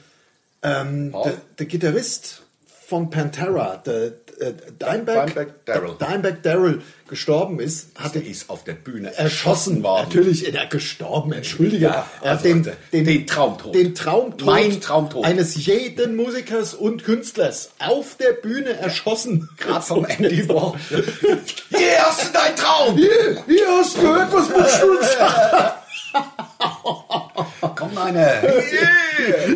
Speaker 3: ähm,
Speaker 2: Paul?
Speaker 3: der, der Gitarrist von Pantera, der, der Dimebag,
Speaker 2: Dimebag Darrell.
Speaker 3: der Dimebag Darrell gestorben ist, hat
Speaker 2: Der ist auf der Bühne
Speaker 3: erschossen worden. Natürlich, er gestorben, entschuldige.
Speaker 2: Ja,
Speaker 3: er hat
Speaker 2: also
Speaker 3: den,
Speaker 2: den Traumtod.
Speaker 3: Den Traumtod.
Speaker 2: Mein Traumtod.
Speaker 3: Eines jeden Musikers und Künstlers auf der Bühne erschossen.
Speaker 2: Grad vom Andy Warhol. Hier hast du deinen Traum!
Speaker 3: Hier hast du gehört, was mit Stuhl sagt.
Speaker 2: Komm, einer! Yeah.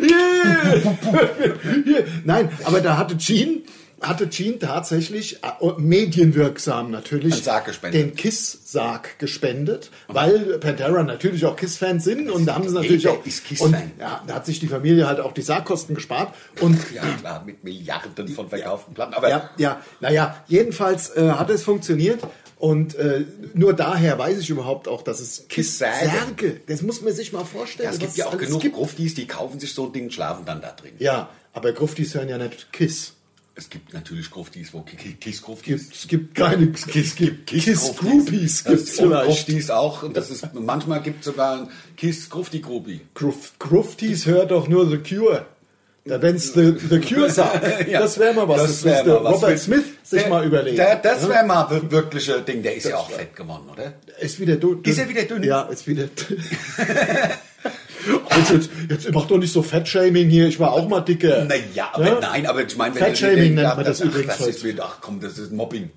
Speaker 3: Hier. Nein, aber da hatte Gene, hatte Gene tatsächlich äh, medienwirksam natürlich
Speaker 2: Einen Sarg gespendet.
Speaker 3: den Kiss-Sarg gespendet, weil Pantera natürlich auch Kiss-Fans sind und da haben sie natürlich
Speaker 2: jeder
Speaker 3: auch
Speaker 2: ist
Speaker 3: und,
Speaker 2: Kiss-Fan.
Speaker 3: ja, da hat sich die Familie halt auch die Sargkosten gespart und
Speaker 2: Ja, klar, mit Milliarden von verkauften Platten. Aber
Speaker 3: ja, ja, naja, jedenfalls äh, hat es funktioniert. Und äh, nur daher weiß ich überhaupt auch, dass es
Speaker 2: Särge.
Speaker 3: Kiss-Särge, das muss man sich mal vorstellen.
Speaker 2: ja, es
Speaker 3: was
Speaker 2: gibt ja auch
Speaker 3: alles
Speaker 2: genug
Speaker 3: gibt.
Speaker 2: Gruftis, die kaufen sich so ein Ding und schlafen dann da drin.
Speaker 3: Ja, aber Gruftis hören ja nicht Kiss.
Speaker 2: Es gibt natürlich Gruftis, wo Ki- Ki- Kiss-Gruftis.
Speaker 3: Gibt, es gibt keine Kiss, gibt Kiss-Groupies. Gibt es vielleicht.
Speaker 2: Gruftis auch. Und das ist, manchmal gibt es sogar ein Kiss-Grufti-Grupi.
Speaker 3: Gruf- Gruftis hört doch nur The Cure. Ja, wenn's The, the Cure sagt,
Speaker 2: (laughs) Ja.
Speaker 3: das wäre mal was.
Speaker 2: Das
Speaker 3: Das,
Speaker 2: wär
Speaker 3: müsste
Speaker 2: mal was.
Speaker 3: Robert Smith sich
Speaker 2: Der-
Speaker 3: mal überlegen.
Speaker 2: Der, das wäre mal das wirkliche Ding. Der ist ja auch fett geworden, oder?
Speaker 3: Ist wieder dünn.
Speaker 2: Ist er wieder dünn?
Speaker 3: Ja, ist wieder dünn. (laughs) Also jetzt, jetzt mach doch nicht so Fettshaming hier. Ich war auch mal dicker.
Speaker 2: Naja, aber
Speaker 3: Ja?
Speaker 2: nein, aber ich meine,
Speaker 3: Fettshaming ne? nennt man das
Speaker 2: ach,
Speaker 3: übrigens
Speaker 2: das ist, wieder- Ach komm, das ist Mobbing.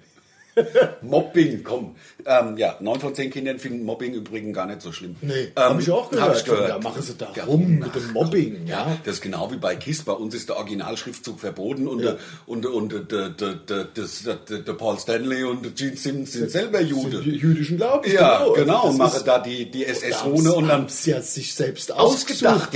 Speaker 2: (laughs) Mobbing, komm. Ähm, ja, neun von zehn Kindern finden Mobbing übrigens gar nicht so schlimm.
Speaker 3: Nee,
Speaker 2: ähm,
Speaker 3: habe ich auch gehört.
Speaker 2: Hab ich gehört.
Speaker 3: Da machen sie da
Speaker 2: Ja,
Speaker 3: rum
Speaker 2: ach,
Speaker 3: mit dem Mobbing. Ja.
Speaker 2: Das ist genau wie bei KISS. Bei uns ist der Originalschriftzug verboten und, äh, und, und, äh, der, der, der, das- der, der, der Paul Stanley und der Gene Simmons sind selber Jude.
Speaker 3: Sind die Jüdischen Glaubens.
Speaker 2: ja,
Speaker 3: Also
Speaker 2: genau.
Speaker 3: das
Speaker 2: Und machen
Speaker 3: ist-
Speaker 2: da die, die SS-Rune und dann
Speaker 3: haben's ja sich selbst
Speaker 2: Ausgedacht,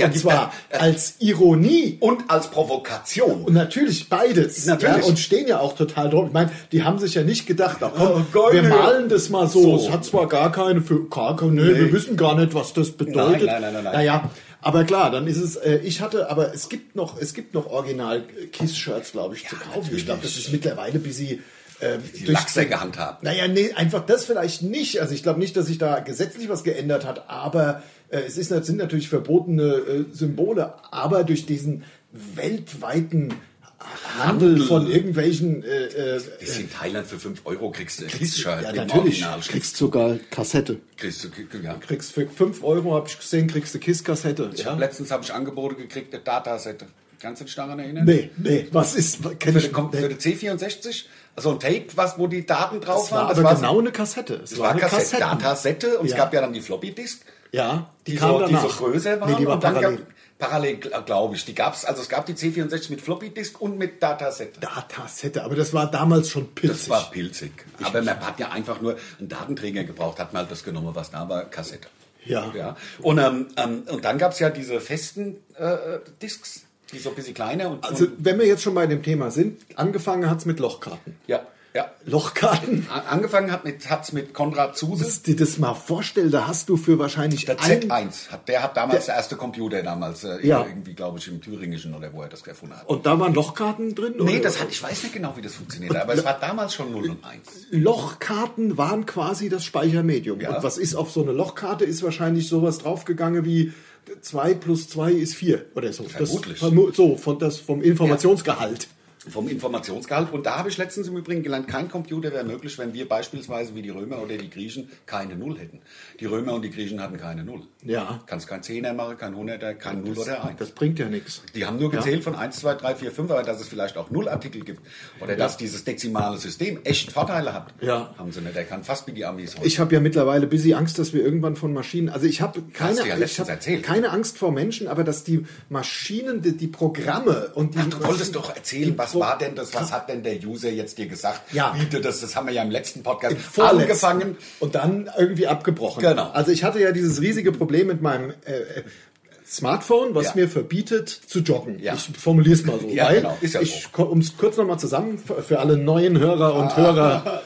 Speaker 3: ausgedacht.
Speaker 2: ja,
Speaker 3: und
Speaker 2: die-
Speaker 3: zwar
Speaker 2: äh,
Speaker 3: als Ironie.
Speaker 2: und als Provokation.
Speaker 3: Und natürlich beides.
Speaker 2: Natürlich.
Speaker 3: Ja, und stehen ja auch total drauf. Ich meine, die haben sich ja nicht gedacht, ach komm,
Speaker 2: Oh, geil,
Speaker 3: wir
Speaker 2: ja.
Speaker 3: malen das mal so.
Speaker 2: So.
Speaker 3: Es hat zwar gar keine, für, gar keine nee, wir wissen gar nicht, was das bedeutet.
Speaker 2: nein, nein, nein, nein.
Speaker 3: Naja, aber klar, dann ist es, äh, ich hatte, aber es gibt noch, es gibt noch original Kiss-Shirts, glaube ich, zu kaufen. Ich glaube, das ist mittlerweile bis sie, ähm, durch-
Speaker 2: Lachser gehandhabt.
Speaker 3: naja, nee, einfach das vielleicht nicht. Also ich glaube nicht, dass sich da gesetzlich was geändert hat, aber äh, es ist, nat- sind natürlich verbotene äh, Symbole, aber durch diesen weltweiten Handel, von irgendwelchen äh, äh,
Speaker 2: Bist in Thailand für 5 Euro kriegst du ein Kiss-Shirt
Speaker 3: ja,
Speaker 2: halt im
Speaker 3: natürlich.
Speaker 2: Original.
Speaker 3: Kriegst sogar Kassette.
Speaker 2: Kriegst du, ja.
Speaker 3: Kriegst für 5 Euro, habe ich gesehen, kriegst du Kiss-Kassette. Ja?
Speaker 2: Letztens habe ich Angebote gekriegt, eine Datasette. Kannst du dich daran erinnern?
Speaker 3: Nee, nee, was ist? Kenn
Speaker 2: Für
Speaker 3: ich,
Speaker 2: den, Kom- für den C64, also ein Tape, was, wo die Daten drauf
Speaker 3: das war
Speaker 2: waren.
Speaker 3: aber genau eine Kassette. Es
Speaker 2: das war
Speaker 3: eine
Speaker 2: Kassette,
Speaker 3: Kassetten-
Speaker 2: Datasette und es
Speaker 3: Ja.
Speaker 2: gab ja dann die Floppy-Disk.
Speaker 3: Ja,
Speaker 2: Die,
Speaker 3: die, kamen
Speaker 2: so, die
Speaker 3: danach.
Speaker 2: so größer waren.
Speaker 3: Nee, die waren
Speaker 2: und dann
Speaker 3: parallel.
Speaker 2: Gab, parallel, glaube ich. Die gab's, also es gab die C64 mit Floppy-Disk und mit Datasette.
Speaker 3: Datasette, aber das war damals schon pilzig.
Speaker 2: Das war pilzig. Aber man hat ja einfach nur einen Datenträger gebraucht, hat mal das genommen, was da war, Kassette.
Speaker 3: Ja.
Speaker 2: ja. Und, ähm, ähm, und dann gab es ja diese festen äh, Discs, die so ein bisschen kleiner und.
Speaker 3: Also,
Speaker 2: und,
Speaker 3: wenn wir jetzt schon bei dem Thema sind, angefangen hat's mit Lochkarten.
Speaker 2: ja, ja.
Speaker 3: Lochkarten,
Speaker 2: A- Angefangen hat mit, hat's mit Konrad Zuse.
Speaker 3: musst dir das mal vorstellen, da hast du für wahrscheinlich
Speaker 2: Der
Speaker 3: ein-
Speaker 2: Z1, hat, der hat damals der, erste Computer damals, äh,
Speaker 3: Ja.
Speaker 2: irgendwie, glaube ich, im Thüringischen oder wo er das gefunden hat.
Speaker 3: Und äh, da waren Lochkarten drin?
Speaker 2: Nee,
Speaker 3: oder?
Speaker 2: das hat, ich weiß nicht genau, wie das funktioniert, aber es war damals schon 0 und 1.
Speaker 3: Lochkarten waren quasi das Speichermedium.
Speaker 2: Ja.
Speaker 3: Und was ist auf so eine Lochkarte, ist wahrscheinlich sowas draufgegangen wie 2 plus 2 ist 4 oder so.
Speaker 2: Vermutlich.
Speaker 3: Das, vermu- so, von, das, vom Informationsgehalt.
Speaker 2: Vom Informationsgehalt. Und da habe ich letztens im Übrigen gelernt, kein Computer wäre möglich, wenn wir beispielsweise wie die Römer oder die Griechen keine Null hätten. Die Römer und die Griechen hatten keine Null.
Speaker 3: Ja.
Speaker 2: Kannst kein Zehner machen, kein Hunderter, kein Null oder Eins.
Speaker 3: Das bringt ja nichts.
Speaker 2: Die haben nur gezählt von 1, 2, 3, 4, 5, aber dass es vielleicht auch Nullartikel gibt oder dass dieses dezimale System echt Vorteile hat,
Speaker 3: Ja.
Speaker 2: haben sie nicht erkannt. Fast wie die Amis heute.
Speaker 3: Ich habe ja mittlerweile busy Angst, dass wir irgendwann von Maschinen. Also ich habe keine,
Speaker 2: du ja
Speaker 3: ich
Speaker 2: letztens
Speaker 3: hab
Speaker 2: erzählt.
Speaker 3: keine Angst vor Menschen, aber dass die Maschinen, die, die Programme und die.
Speaker 2: Ach, du wolltest doch erzählen, was
Speaker 3: Pro-
Speaker 2: war denn das, was hat denn der User jetzt dir gesagt?
Speaker 3: Ja.
Speaker 2: Wie du das, das haben wir ja im letzten Podcast
Speaker 3: vorletzten
Speaker 2: angefangen.
Speaker 3: und dann irgendwie abgebrochen.
Speaker 2: Genau.
Speaker 3: Also ich hatte ja dieses riesige Problem mit meinem äh, Smartphone, was
Speaker 2: Ja.
Speaker 3: mir verbietet zu joggen.
Speaker 2: Ja.
Speaker 3: Ich formuliere es mal so,
Speaker 2: (laughs) Ja,
Speaker 3: weil
Speaker 2: genau. Ist ja
Speaker 3: ich um es kurz nochmal zusammen für für alle neuen Hörer
Speaker 2: Ah.
Speaker 3: und
Speaker 2: (laughs)
Speaker 3: Hörer.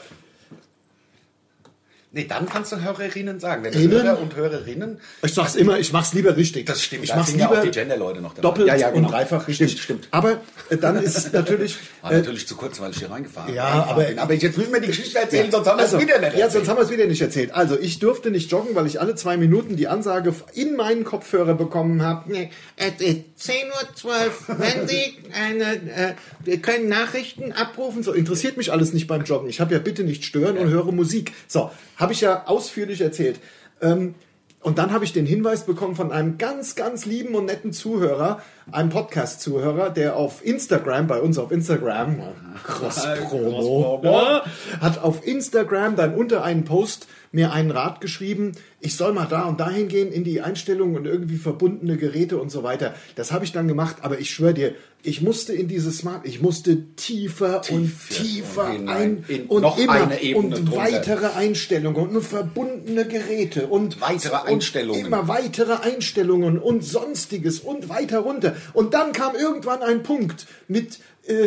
Speaker 2: Nee, dann kannst du Hörerinnen sagen. Wenn du
Speaker 3: Innen?
Speaker 2: Hörer und Hörerinnen
Speaker 3: Ich sag's immer, ich mach's lieber richtig.
Speaker 2: Das stimmt,
Speaker 3: Ich
Speaker 2: da
Speaker 3: mach's
Speaker 2: sind ja auch
Speaker 3: lieber
Speaker 2: die Genderleute noch dabei.
Speaker 3: doppelt
Speaker 2: Ja, ja, genau.
Speaker 3: und dreifach richtig.
Speaker 2: Stimmt, stimmt.
Speaker 3: Aber äh, dann ist es
Speaker 2: (laughs)
Speaker 3: natürlich
Speaker 2: War natürlich zu kurz, weil ich hier reingefahren
Speaker 3: Ja,
Speaker 2: reingefahren
Speaker 3: aber-
Speaker 2: bin. Äh, aber jetzt müssen wir die Geschichte erzählen, sonst haben wir
Speaker 3: also,
Speaker 2: es wieder nicht.
Speaker 3: Ja, sonst
Speaker 2: erzählt.
Speaker 3: haben wir es wieder nicht erzählt. Also, ich durfte nicht joggen, weil ich alle zwei Minuten die Ansage in meinen Kopfhörer bekommen habe. Nee, Es ist 10.12 Uhr, wenn Sie eine, äh, wir können Nachrichten abrufen. So, interessiert mich alles nicht beim Joggen. Ich habe ja bitte nicht stören und höre Musik. So, habe ich ja ausführlich erzählt. Ähm, und dann habe ich den Hinweis bekommen von einem ganz, ganz lieben und netten Zuhörer, einem Podcast-Zuhörer, der auf Instagram, bei uns auf Instagram,
Speaker 2: (laughs)
Speaker 3: Cross-Promo,
Speaker 2: Genau.
Speaker 3: Ne? hat auf Instagram dann unter einen Post mir einen Rat geschrieben, ich soll mal da und dahin gehen in die Einstellungen und irgendwie verbundene Geräte und so weiter. Das habe ich dann gemacht, aber ich schwöre dir, ich musste in dieses Smart, ich musste tiefer, und
Speaker 2: Tiefer
Speaker 3: tiefer
Speaker 2: und
Speaker 3: ein
Speaker 2: hinein, in
Speaker 3: und
Speaker 2: noch
Speaker 3: immer
Speaker 2: eine Ebene
Speaker 3: und
Speaker 2: drunter.
Speaker 3: weitere Einstellungen und nur verbundene Geräte und
Speaker 2: Weitere
Speaker 3: und
Speaker 2: Einstellungen.
Speaker 3: Immer weitere Einstellungen und sonstiges und weiter runter. Und dann kam irgendwann ein Punkt mit äh,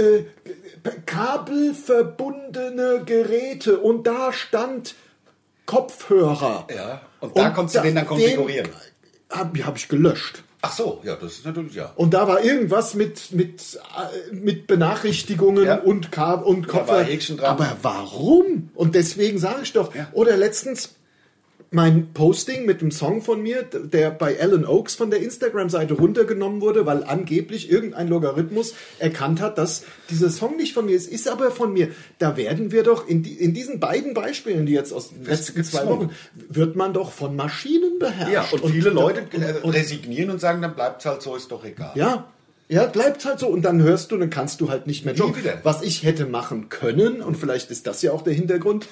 Speaker 3: äh, kabelverbundene Geräte und da stand Kopfhörer.
Speaker 2: Ja, und da konntest du den dann konfigurieren.
Speaker 3: Habe hab ich gelöscht.
Speaker 2: Ach so, ja, das ist natürlich, ja.
Speaker 3: Und da war irgendwas mit, mit, äh, mit Benachrichtigungen
Speaker 2: Ja.
Speaker 3: und, Ka und Kopfhörer.
Speaker 2: war Häkchen dran.
Speaker 3: Aber warum? Und deswegen sage ich doch, oder letztens mein Posting mit dem Song von mir, der bei Alan Oakes von der Instagram-Seite runtergenommen wurde, weil angeblich irgendein Logarithmus erkannt hat, dass dieser Song nicht von mir ist, ist aber von mir. Da werden wir doch in, die, in diesen beiden Beispielen, die jetzt aus den
Speaker 2: Wirst
Speaker 3: letzten zwei
Speaker 2: gezwungen.
Speaker 3: Wochen, wird man doch von Maschinen beherrscht.
Speaker 2: Ja, und viele Leute äh,
Speaker 3: und- und-
Speaker 2: resignieren und sagen, dann bleibt's halt so, ist doch egal.
Speaker 3: ja. Ja, bleibt halt so und dann hörst du, dann kannst du halt nicht mehr joggen.
Speaker 2: wieder.
Speaker 3: Was ich hätte machen können, und vielleicht ist das ja auch der Hintergrund,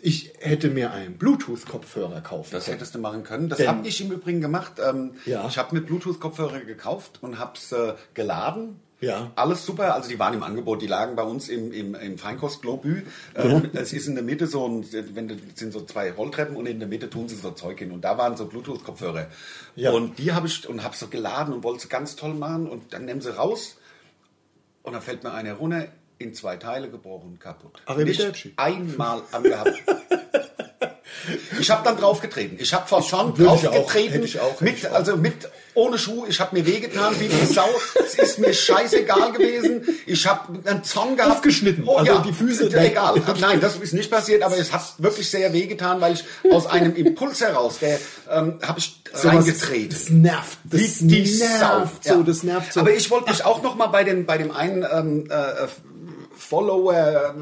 Speaker 3: ich hätte mir einen Bluetooth-Kopfhörer kaufen
Speaker 2: Das
Speaker 3: können.
Speaker 2: hättest du machen können. Das
Speaker 3: Denn-
Speaker 2: habe ich im Übrigen gemacht. Ähm,
Speaker 3: Ja.
Speaker 2: Ich habe mir Bluetooth-Kopfhörer gekauft und habe es äh, geladen.
Speaker 3: Ja.
Speaker 2: Alles super. Also die waren im Angebot, die lagen bei uns im, im, im Feinkostglobü. Ähm, Es ist in der Mitte so ein, wenn du- sind so zwei Rolltreppen und in der Mitte tun sie so Zeug hin. Und da waren so Bluetooth-Kopfhörer.
Speaker 3: Ja.
Speaker 2: Und die habe ich und habe so geladen und wollte sie ganz toll machen. Und dann nehmen sie raus und dann fällt mir einer runter, in zwei Teile gebrochen, kaputt.
Speaker 3: Arrivederci.
Speaker 2: Nicht einmal angehabt. Ich habe dann draufgetreten. Ich habe vor Zorn
Speaker 3: Würde ich auch.
Speaker 2: draufgetreten.
Speaker 3: Hätte ich auch, hätte
Speaker 2: mit,
Speaker 3: ich auch.
Speaker 2: also mit ohne Schuh. Ich habe mir wehgetan wie die Sau. es ist mir scheißegal gewesen. Ich habe einen Zorn gehabt.
Speaker 3: Aufgeschnitten.
Speaker 2: Oh,
Speaker 3: Also
Speaker 2: ja.
Speaker 3: die Füße-
Speaker 2: Egal. Nein, das ist nicht passiert. Aber es hat wirklich sehr wehgetan, weil ich aus einem Impuls heraus, der ähm, habe ich
Speaker 3: Sowas-
Speaker 2: reingetreten.
Speaker 3: Das nervt. Das
Speaker 2: Die- die
Speaker 3: nervt
Speaker 2: Sau,
Speaker 3: so,
Speaker 2: ja.
Speaker 3: das nervt so. Ah.
Speaker 2: Aber ich wollte mich auch noch mal bei dem, bei dem einen ähm, äh, äh, Follower, äh,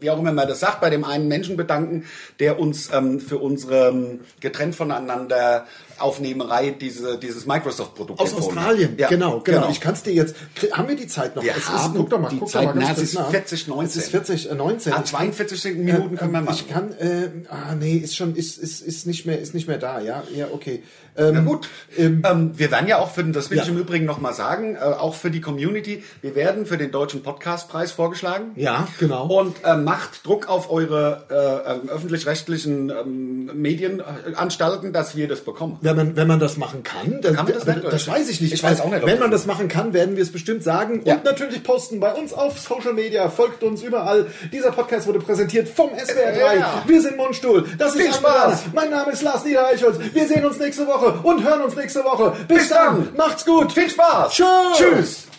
Speaker 2: wie auch immer man das sagt, bei dem einen Menschen bedanken, der uns ähm, für unsere ähm, getrennt voneinander Aufnehmerei diese, dieses Microsoft-Produkt
Speaker 3: aus
Speaker 2: empfohlen hat.
Speaker 3: Australien,
Speaker 2: Ja,
Speaker 3: genau, genau. Ich kann es dir jetzt. Haben wir die Zeit noch?
Speaker 2: Wir haben
Speaker 3: guck doch mal,
Speaker 2: die
Speaker 3: guck
Speaker 2: Zeit.
Speaker 3: doch mal
Speaker 2: Na,
Speaker 3: ganz kurz
Speaker 2: es ist
Speaker 3: nach.
Speaker 2: 40, 19.
Speaker 3: Es ist 40, äh, 19.
Speaker 2: Ah, 42 Minuten können wir machen.
Speaker 3: Ich kann, äh, ah nee, ist schon, ist, ist, ist nicht mehr, ist nicht mehr da, ja, ja, okay. Ähm,
Speaker 2: Na gut,
Speaker 3: Ähm,
Speaker 2: ähm, wir werden ja auch für den, das will
Speaker 3: Ja.
Speaker 2: ich im Übrigen nochmal sagen, äh, auch für die Community, wir werden für den Deutschen Podcastpreis vorgeschlagen.
Speaker 3: Ja, genau.
Speaker 2: Und äh, macht Druck auf eure äh, ähm, öffentlich-rechtlichen ähm, Medienanstalten, dass wir das bekommen.
Speaker 3: Wenn man, wenn man das machen kann, dann,
Speaker 2: Kann man das nicht, oder?
Speaker 3: das weiß ich nicht. Also,
Speaker 2: Ich weiß auch nicht, ob
Speaker 3: Wenn man
Speaker 2: das-
Speaker 3: das machen kann, werden wir es bestimmt sagen
Speaker 2: Ja.
Speaker 3: und natürlich posten bei uns auf Social Media, folgt uns überall. Dieser Podcast wurde präsentiert vom SWR 3.
Speaker 2: Ja.
Speaker 3: Wir sind Mundstuhl. Das
Speaker 2: Viel
Speaker 3: ist Andrea.
Speaker 2: Spaß.
Speaker 3: Mein Name ist Lars Nieder Eichholz. Wir sehen uns nächste Woche und hören uns nächste Woche. Bis,
Speaker 2: Bis
Speaker 3: dann.
Speaker 2: dann.
Speaker 3: Macht's gut.
Speaker 2: Viel Spaß!
Speaker 3: Tschö.
Speaker 2: Tschüss!